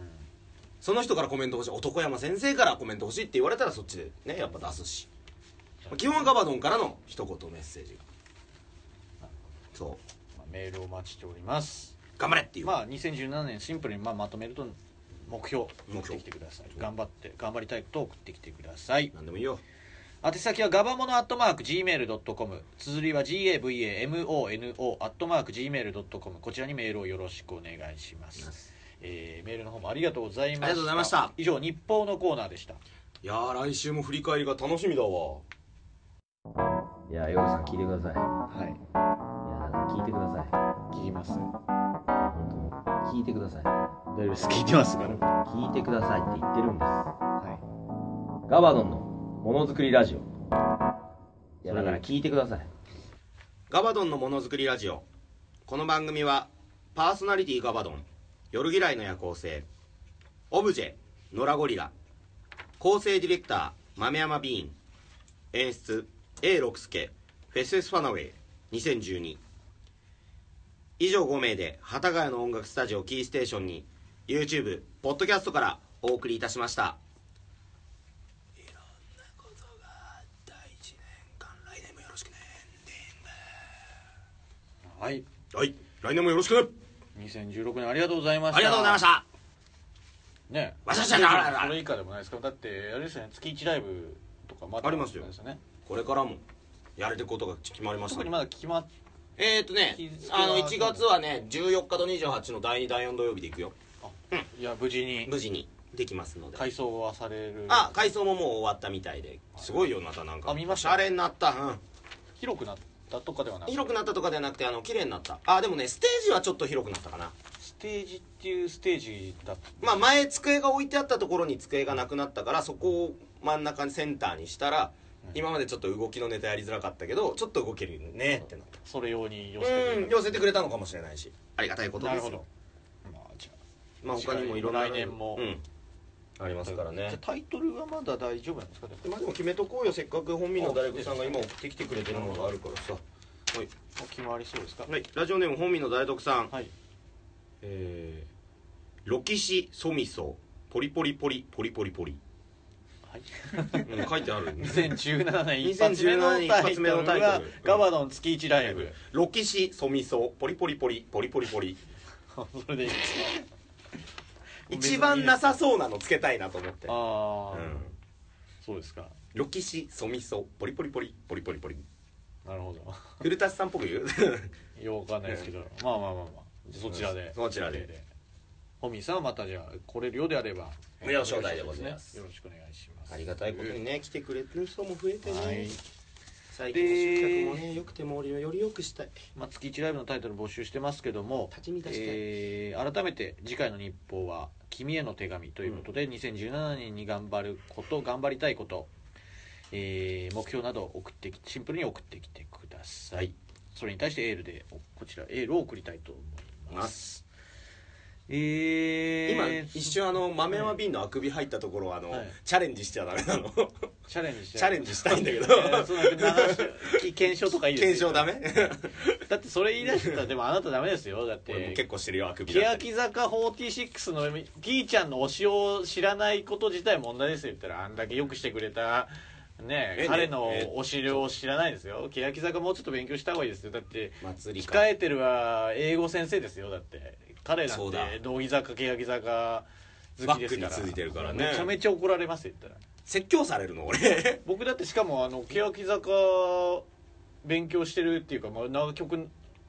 [SPEAKER 2] その人からコメント欲しい男山先生からコメント欲しいって言われたらそっちでねやっぱ出すし基本はガバドンからの一言メッセージがそう
[SPEAKER 3] まあメールをお待ちしております
[SPEAKER 2] 頑張れっていう、
[SPEAKER 3] まあ2017年シンプルにまあまとめると目標持
[SPEAKER 2] 目標
[SPEAKER 3] ってきてください頑張って頑張りたいことを送ってきてください
[SPEAKER 2] なんでもいいよ
[SPEAKER 3] 宛先はガバモノアットマーク Gmail.com 綴りは GAVAMONO アットマーク Gmail.com こちらにメールをよろしくお願いしますえーメールの方もありがとうございました
[SPEAKER 2] ありがとうございました
[SPEAKER 3] 以上日報のコーナーでした
[SPEAKER 2] いやー来週も振り返りが楽しみだわ
[SPEAKER 8] いや、ヨウさん聞いてください。いや、
[SPEAKER 4] はい
[SPEAKER 8] なんか聞いてください。
[SPEAKER 4] 聞きます
[SPEAKER 8] 本当に聞いてください。
[SPEAKER 4] 大丈夫です聞いてますからは
[SPEAKER 8] 聞いてくださいって言ってるんです。
[SPEAKER 4] い
[SPEAKER 8] ガバドンのものづくりラジオ。いや、だから聞いてください。
[SPEAKER 2] ガバドンのものづくりラジオこの番組はパーソナリティガバドン夜嫌いの夜行性オブジェノラゴリラ構成ディレクター豆山ビーン演出 A 六輔フェスフェスファナウェイ2012以上5名で幡ヶ谷の音楽スタジオキーステーションに YouTube ポッドキャストからお送りいたしましたいろんなことがあった1年間来年もよろしくね
[SPEAKER 3] はい
[SPEAKER 2] はい来年もよろしくね
[SPEAKER 3] 2016年ありがとうございました
[SPEAKER 2] ありがとうございました
[SPEAKER 3] ね
[SPEAKER 2] わしゃしゃならなら
[SPEAKER 3] それ以下でもないですかだってあれですよね月1ライブとかまだ
[SPEAKER 2] ありますよ
[SPEAKER 3] ですね
[SPEAKER 2] これからもやれることが決まりました
[SPEAKER 3] 特
[SPEAKER 2] ね
[SPEAKER 3] にまだ決まっ
[SPEAKER 2] えー、っとね
[SPEAKER 3] 日付は
[SPEAKER 2] あの1月はね14日と28の第2第4土曜日で行くよ
[SPEAKER 3] いや無事に
[SPEAKER 2] 無事にできますので
[SPEAKER 3] 改装はされる
[SPEAKER 2] あ改装ももう終わったみたいですごいよまたなんか
[SPEAKER 3] あ見ました
[SPEAKER 2] おしゃれになった、うん
[SPEAKER 3] 広くなったとかではなく
[SPEAKER 2] 広くなったとかではなくてあの綺麗になったあでもねステージはちょっと広くなったかな
[SPEAKER 3] ステージっていうステージだった
[SPEAKER 2] まあ前机が置いてあったところに机がなくなったからそこを真ん中にセンターにしたら今までちょっと動きのネタやりづらかったけどちょっと動けるねってなった
[SPEAKER 3] それ用に寄せてくれ
[SPEAKER 2] うん
[SPEAKER 3] た
[SPEAKER 2] 寄せてくれたのかもしれないしありがたいこと
[SPEAKER 3] な
[SPEAKER 2] で
[SPEAKER 3] る
[SPEAKER 2] す
[SPEAKER 3] ほ
[SPEAKER 2] よ
[SPEAKER 3] どまあじゃあ
[SPEAKER 2] まあ他にもいろんな
[SPEAKER 3] 来年も
[SPEAKER 2] うんありますから
[SPEAKER 3] じ
[SPEAKER 2] ね
[SPEAKER 3] ゃあタイトルはまだ大丈夫なんですかでも
[SPEAKER 2] まあでも決めとこうよせっかく本民の大工さんが今送ってきてくれてるものがあるからさはい、
[SPEAKER 3] もう決まりそうですか
[SPEAKER 2] はい、ラジオネーム本民の大徳さん、
[SPEAKER 3] はい
[SPEAKER 2] えー、ロキシソミソポリポリポリポリポリポリ、
[SPEAKER 3] はい
[SPEAKER 2] うん、書いてある
[SPEAKER 3] 2017年一発目のタイト
[SPEAKER 2] 2017年
[SPEAKER 3] ルは
[SPEAKER 2] 一発目のタイトル
[SPEAKER 3] ガバドン月1ライブ
[SPEAKER 2] [laughs] ロキシソミソポリポリポリポリポリポリ
[SPEAKER 3] [laughs] それでいいです
[SPEAKER 2] 一番なさそうなのつけたいなと思って
[SPEAKER 3] か、あ
[SPEAKER 2] う
[SPEAKER 3] あ、
[SPEAKER 2] ん、
[SPEAKER 3] そうですか
[SPEAKER 2] ロキシソミソポリポリポリポリポリポリ
[SPEAKER 3] なるほど [laughs]
[SPEAKER 2] 古舘さんっぽく言う
[SPEAKER 3] よくわかんないですけど、まあまあまあまあそちらで
[SPEAKER 2] そちらで
[SPEAKER 3] ホミーさんはまたじゃあ来れるようであれば
[SPEAKER 2] 無料招待でございます
[SPEAKER 3] よろしくお願いします
[SPEAKER 2] ありがたいことにね来てくれてる人も増えてね、
[SPEAKER 3] はい、
[SPEAKER 2] 最近の集客もね良くてもより良くしたい
[SPEAKER 3] まあ、月1ライブのタイトル募集してますけども
[SPEAKER 2] 立ち見出したい
[SPEAKER 3] えー改めて次回の日報は「君への手紙」ということで、2017年に頑張ること頑張りたいこと、えー目標などを送ってきシンプルに送ってきてくださいそれに対してエールでおこちらエールを送りたいと思います
[SPEAKER 2] ます
[SPEAKER 3] えー
[SPEAKER 2] 今一瞬あの豆山瓶のあくび入ったところあの、
[SPEAKER 3] はい
[SPEAKER 2] チャレンジしてはダメな
[SPEAKER 3] [laughs]
[SPEAKER 2] の
[SPEAKER 3] チャレンジして
[SPEAKER 2] チャレンジしたいんだけど
[SPEAKER 3] いやい [laughs] やその流
[SPEAKER 2] [laughs]
[SPEAKER 3] して検証とかいいで
[SPEAKER 2] 検
[SPEAKER 3] す
[SPEAKER 2] 証ダメ
[SPEAKER 3] だってそれ言い出してたらでもあなたダメですよだっ
[SPEAKER 2] 俺も
[SPEAKER 3] て
[SPEAKER 2] 結構してるよあくびだったり
[SPEAKER 3] 欅坂46のギーちゃんの推しを知らないこと自体問題ですよ言ったらあんだけよくしてくれたね
[SPEAKER 2] えね
[SPEAKER 3] 彼の
[SPEAKER 2] え
[SPEAKER 3] 推しを知らないですよ欅坂もうちょっと勉強した方がいいですよだって
[SPEAKER 2] 祭りか
[SPEAKER 3] 控えてるは英語先生ですよだって彼なん
[SPEAKER 2] そう
[SPEAKER 3] て
[SPEAKER 2] だ
[SPEAKER 3] 道義坂欅坂好きですから
[SPEAKER 2] バックについてるからね
[SPEAKER 3] めちゃめちゃ怒られますよ言ったら
[SPEAKER 2] 説教されるの
[SPEAKER 3] [laughs]
[SPEAKER 2] 俺
[SPEAKER 3] 僕だってしかもあの欅坂勉強してるっていうか、まあ、な曲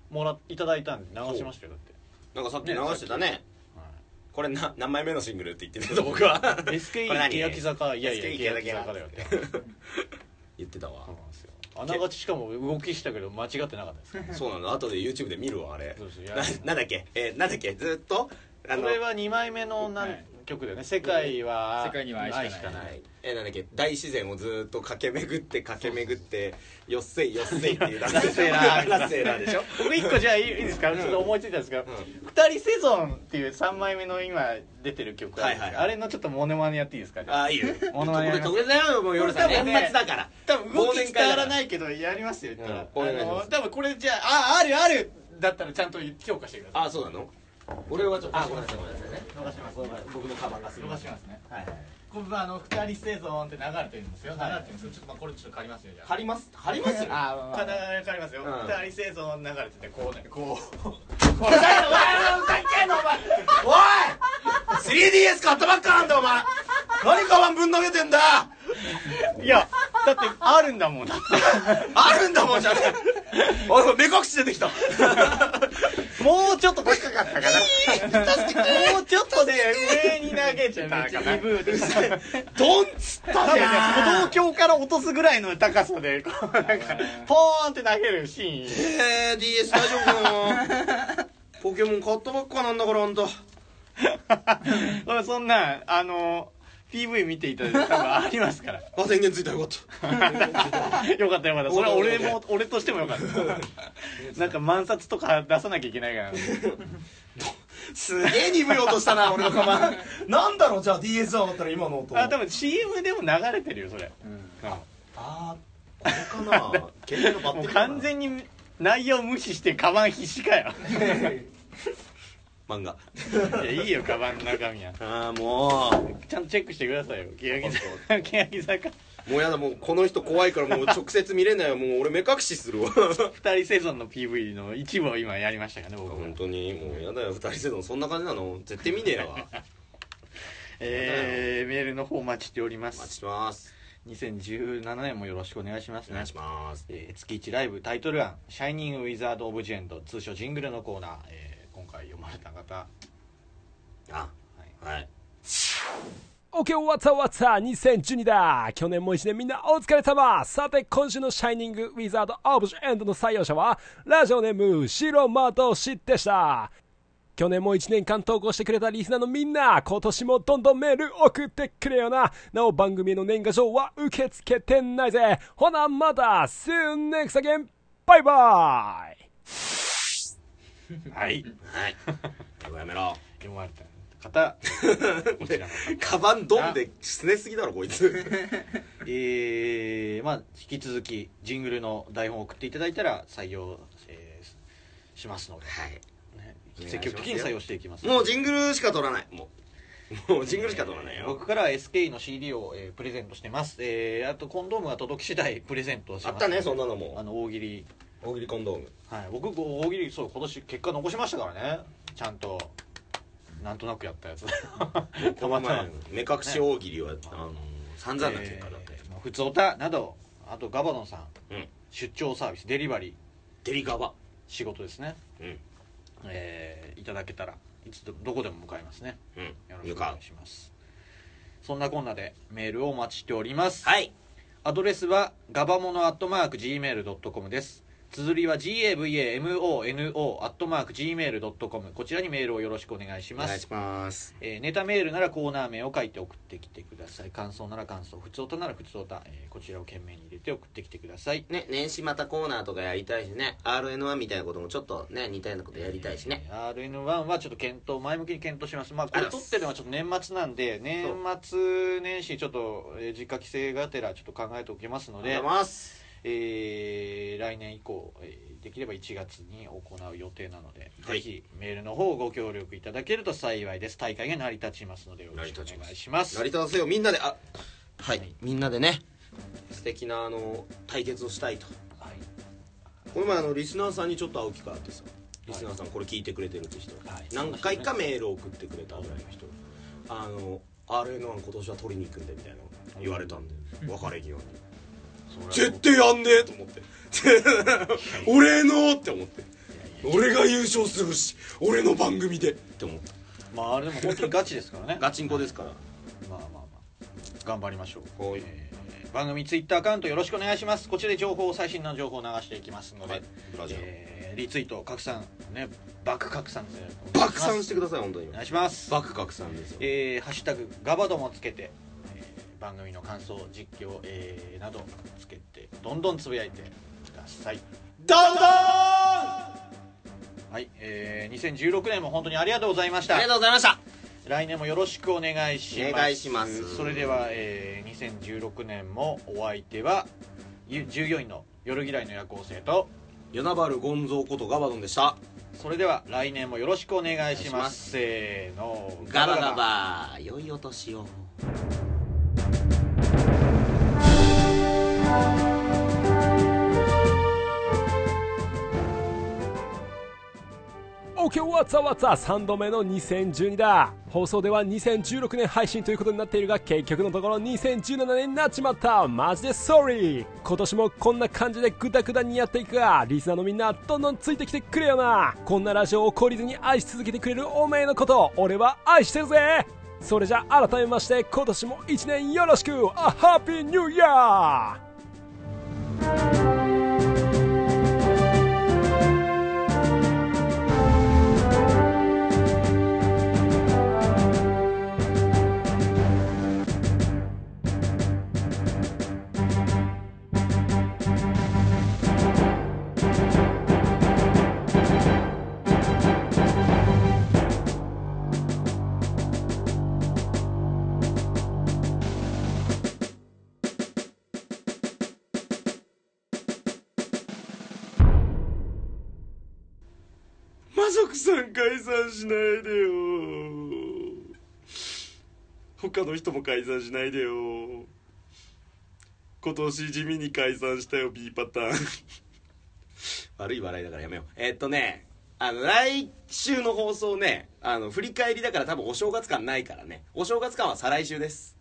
[SPEAKER 3] もらいただいたんで流しましたよだって
[SPEAKER 2] なんかさっき流してたね
[SPEAKER 3] はい
[SPEAKER 2] これな何枚目のシングルって言ってると僕
[SPEAKER 3] [laughs]
[SPEAKER 2] は
[SPEAKER 3] SKE
[SPEAKER 2] これ何
[SPEAKER 3] 欅坂いやいや
[SPEAKER 2] SKE
[SPEAKER 3] 欅坂だよって
[SPEAKER 2] 言ってたわ
[SPEAKER 3] そうなんですよあながちしかも動きしたけど間違ってなかったですね
[SPEAKER 2] そうなの後で YouTube で見るわあれ
[SPEAKER 3] そうそういや
[SPEAKER 2] ななんだっけえーなんだっけずーっとあ
[SPEAKER 3] こ
[SPEAKER 2] の
[SPEAKER 3] れは2枚目の
[SPEAKER 4] は
[SPEAKER 3] 何
[SPEAKER 4] い
[SPEAKER 3] 曲だよね「世界は
[SPEAKER 4] 世界には愛しかない
[SPEAKER 2] はいえーなんだっけ大自然をずーっと駆け巡って駆け巡ってよっせいよっせいっていうラ
[SPEAKER 3] ッセラー
[SPEAKER 2] ラッセラーでしょ
[SPEAKER 3] 僕1個じゃあいいですかちょっと思いついたんですけど「二人セゾン」っていう3枚目の今出てる曲あるんですけど
[SPEAKER 2] はいはいはい
[SPEAKER 3] あれのちょっとモノマネやっていいですか
[SPEAKER 2] ああいいよ
[SPEAKER 3] モノマネやります
[SPEAKER 2] 特別だよもう夜さん
[SPEAKER 3] これ多
[SPEAKER 2] 年
[SPEAKER 3] 分ね
[SPEAKER 2] 末だから
[SPEAKER 3] 多分動き伝わらないいけどやりますよ言ったら、
[SPEAKER 2] うんお願いしま
[SPEAKER 3] あ
[SPEAKER 2] す
[SPEAKER 3] の多分これじゃあああるあるだったらちゃんと強化してください
[SPEAKER 2] あそうなの俺はちょっとあごめんなさいごめんなさいね
[SPEAKER 3] 逃します
[SPEAKER 2] 僕のカバンがす
[SPEAKER 4] 動かしますね
[SPEAKER 2] はいはい
[SPEAKER 3] これまああの二人生存って流れてるんですよ流れてるんですよちょっとまあこれちょっと借りますよじゃあ
[SPEAKER 2] 貼ります貼りますよ
[SPEAKER 4] あーまあまあ
[SPEAKER 3] かかりますよ、
[SPEAKER 2] うん
[SPEAKER 3] 二人生存流れててこうねこう
[SPEAKER 2] ふざけんなお前ふざけんなお前おい 3DS 買ったばっかなんだお前何カバンぶん投げてんだ
[SPEAKER 3] いやだってあるんだもんだって
[SPEAKER 2] [laughs] あるんだもんじゃねえあ目隠し出てきた
[SPEAKER 3] [laughs] もうちょっと高かったかなもうちょっとで上に投げちゃったかなブーで
[SPEAKER 2] ドンっつったじゃん
[SPEAKER 3] 歩道橋から落とすぐらいの高さでこうなんかポーンって投げるシーン
[SPEAKER 2] えー、DS 大丈夫かなポケモン買ったばっかなんだからあんた
[SPEAKER 3] 俺そんなんあの PV 見ていただいて多分ありますから
[SPEAKER 2] あ電源ついたよかった
[SPEAKER 3] よかったよかったそれは俺も俺としてもよ
[SPEAKER 2] [laughs]
[SPEAKER 3] かったなんか満札とか出さなきゃいけないから
[SPEAKER 2] すげえ鈍い音した
[SPEAKER 3] [laughs]
[SPEAKER 2] な俺のカバンなんだろうじゃあ DS だったら今の音
[SPEAKER 3] あ多分 CM でも流れてるよそれ、
[SPEAKER 2] あーこれかな携帯のバッ
[SPEAKER 3] [laughs] も
[SPEAKER 2] テリ
[SPEAKER 3] う
[SPEAKER 2] ーかな
[SPEAKER 3] 完全に内容無視してカバン必死かよ
[SPEAKER 2] 漫画
[SPEAKER 3] [laughs] いやいいよカバンの中身は
[SPEAKER 2] ああもう
[SPEAKER 3] ちゃんとチェックしてくださいよ欅坂欅坂
[SPEAKER 2] もうやだもうこの人怖いからもう [laughs] 直接見れないよもう俺目隠しするわ
[SPEAKER 3] 二人生存の PV の一部を今やりましたからね僕
[SPEAKER 2] 本
[SPEAKER 3] が
[SPEAKER 2] 当にもうやだよ二人制度そんな感じなの絶対見ねえわ
[SPEAKER 3] えー、メールの方お待ちしておりま
[SPEAKER 2] お待ちし
[SPEAKER 3] す
[SPEAKER 2] てます
[SPEAKER 3] 2017年もよろしくお願いします
[SPEAKER 2] お
[SPEAKER 3] ね
[SPEAKER 2] 願いします
[SPEAKER 3] えー月1ライブタイトル案「シャイニング・ウィザード・オブ・ジェンド」通称ジングルのコーナー、えー今回読まれた方
[SPEAKER 2] あはい、
[SPEAKER 6] OK わざわざ2012だ去年も一年みんなお疲れ様さて今週のシャイニングウィザードオブジェンドの採用者はラジオネーム白窓氏でした去年も1年間投稿してくれたリスナーのみんな、今年もどんどんメール送ってくれよな。なお番組への年賀状は受け付けてないぜ。ほな、また、See you next again! バイバイ
[SPEAKER 2] は
[SPEAKER 3] はい
[SPEAKER 2] い、やめろ
[SPEAKER 3] 読まれた [laughs] 方こちらの方
[SPEAKER 2] カバンドンですねすぎだろこいつ
[SPEAKER 3] えーまあ引き続きジングルの台本を送っていただいたら採用、えーしますので、ね
[SPEAKER 2] お願いしますよ
[SPEAKER 3] 積極的に採用していきます
[SPEAKER 2] もうジングルしか取らないもうもうジングルしか取らない
[SPEAKER 3] えー
[SPEAKER 2] よ
[SPEAKER 3] 僕からは SK の CD を、えープレゼントしてます、えーあとコンドームが届き次第プレゼントをします
[SPEAKER 2] あったねそんなの
[SPEAKER 3] あ
[SPEAKER 2] も
[SPEAKER 3] の大喜利
[SPEAKER 2] 大喜利コンドーム
[SPEAKER 3] はい僕ご大喜利そう今年結果残しましたからねちゃんとなんとなくやった
[SPEAKER 2] [laughs]
[SPEAKER 3] やつた
[SPEAKER 2] こ
[SPEAKER 3] ま
[SPEAKER 2] の
[SPEAKER 3] たま
[SPEAKER 2] 前目隠し大喜利は、あの散々な結果だったよ、
[SPEAKER 3] えーまあ普通おたなどあとガバドンさん、
[SPEAKER 2] うん
[SPEAKER 3] 出張サービスデリバリー
[SPEAKER 2] デリカバ
[SPEAKER 3] 仕事ですね、
[SPEAKER 2] うん
[SPEAKER 3] えーいただけたらいつでもどこでも向かいますね
[SPEAKER 2] うん
[SPEAKER 3] よろし
[SPEAKER 2] よ
[SPEAKER 3] くお願
[SPEAKER 2] か
[SPEAKER 3] いしますそんなこんなでメールをお待ちしております、
[SPEAKER 2] はい
[SPEAKER 3] アドレスはガバモノアットマーク Gmail.com です綴りは GAVAMONO アットマーク Gmail.com こちらにメールをよろしくお願いし
[SPEAKER 2] お
[SPEAKER 3] ます
[SPEAKER 2] 願いします
[SPEAKER 3] えーネタメールならコーナー名を書いて送ってきてください感想なら感想普通歌なら普通歌、えーこちらを懸命に入れて送ってきてください
[SPEAKER 2] ね、年始またコーナーとかやりたいしね RN1 みたいなこともちょっとね似たようなことやりたいしね、
[SPEAKER 3] RN1 はちょっと検討前向きに検討しますまあこれ
[SPEAKER 2] あ
[SPEAKER 3] 撮ってるのはちょっと年末なんで年末年始ちょっとえー実家帰省がてらちょっと考えておきますの
[SPEAKER 2] あり
[SPEAKER 3] で
[SPEAKER 2] がとうございます
[SPEAKER 3] えー来年以降、えーできれば1月に行う予定なので、
[SPEAKER 2] はい
[SPEAKER 3] ぜひメールの方ご協力いただけると幸いです大会が成り立ちますのでよろしくお願いします
[SPEAKER 2] 成り立たせようみんなであはい、みんなでね素敵なあの対決をしたいと
[SPEAKER 3] はい
[SPEAKER 2] この前あのリスナーさんにちょっと会う機会あってさリスナーさんこれ聞いてくれてるって人、
[SPEAKER 3] はい
[SPEAKER 2] 何回かメールを送ってくれたぐらいの人あの RN1 今年は取りに行くんでみたいな言われたんで別れ際に絶対やんねえと思って [laughs] 俺のって思って俺が優勝するし俺の番組でって思った
[SPEAKER 3] まああれでも本当にガチですからね
[SPEAKER 2] ガチンコですから
[SPEAKER 3] まあまあまあ頑張りましょう、
[SPEAKER 2] はい
[SPEAKER 3] えー番組ツイッターアカウントよろしくお願いしますこちらで情報最新の情報を流していきますので、
[SPEAKER 2] はいブラジャー
[SPEAKER 3] えーリツイート拡散ね爆拡散ですね
[SPEAKER 2] 爆散してください本当に
[SPEAKER 3] お願いします
[SPEAKER 2] 爆拡散ですよ
[SPEAKER 3] えーハッシュタグガバドもつけて、えー番組の感想実況、えーなどつけてどんどんつぶやいてください
[SPEAKER 2] どんどん
[SPEAKER 3] はい、えー2016年も本当にありがとうございまし
[SPEAKER 2] あ
[SPEAKER 3] た
[SPEAKER 2] りがとうございました
[SPEAKER 3] 来年もよろしくお願いします
[SPEAKER 2] お願いします
[SPEAKER 3] それでは、えー2016年もお相手はゆ従業員の夜嫌いの夜行性と
[SPEAKER 2] 与那原ゴンゾーことガバドンでした
[SPEAKER 3] それでは来年もよろしくお願い
[SPEAKER 2] お願い
[SPEAKER 3] します
[SPEAKER 2] します
[SPEAKER 3] せーの
[SPEAKER 2] ガバガバ良いお年を
[SPEAKER 6] OK わざわざ3度目の2012だ放送では2016年配信ということになっているが結局のところ2017年になっちまったマジで Sorry 今年もこんな感じでグダグダにやっていくがリスナーのみんなどんどんついてきてくれよなこんなラジオを懲りずに愛し続けてくれるおめえのこと俺は愛してるぜそれじゃ改めまして今年も1年よろしくあハッピーニューイヤー
[SPEAKER 2] 魔族さん解散しないでよ他の人も解散しないでよ今年地味に解散したよ B パターン [laughs] 悪い笑いだからやめようえっとねあの来週の放送ねあの振り返りだから多分お正月感ないからねお正月感は再来週です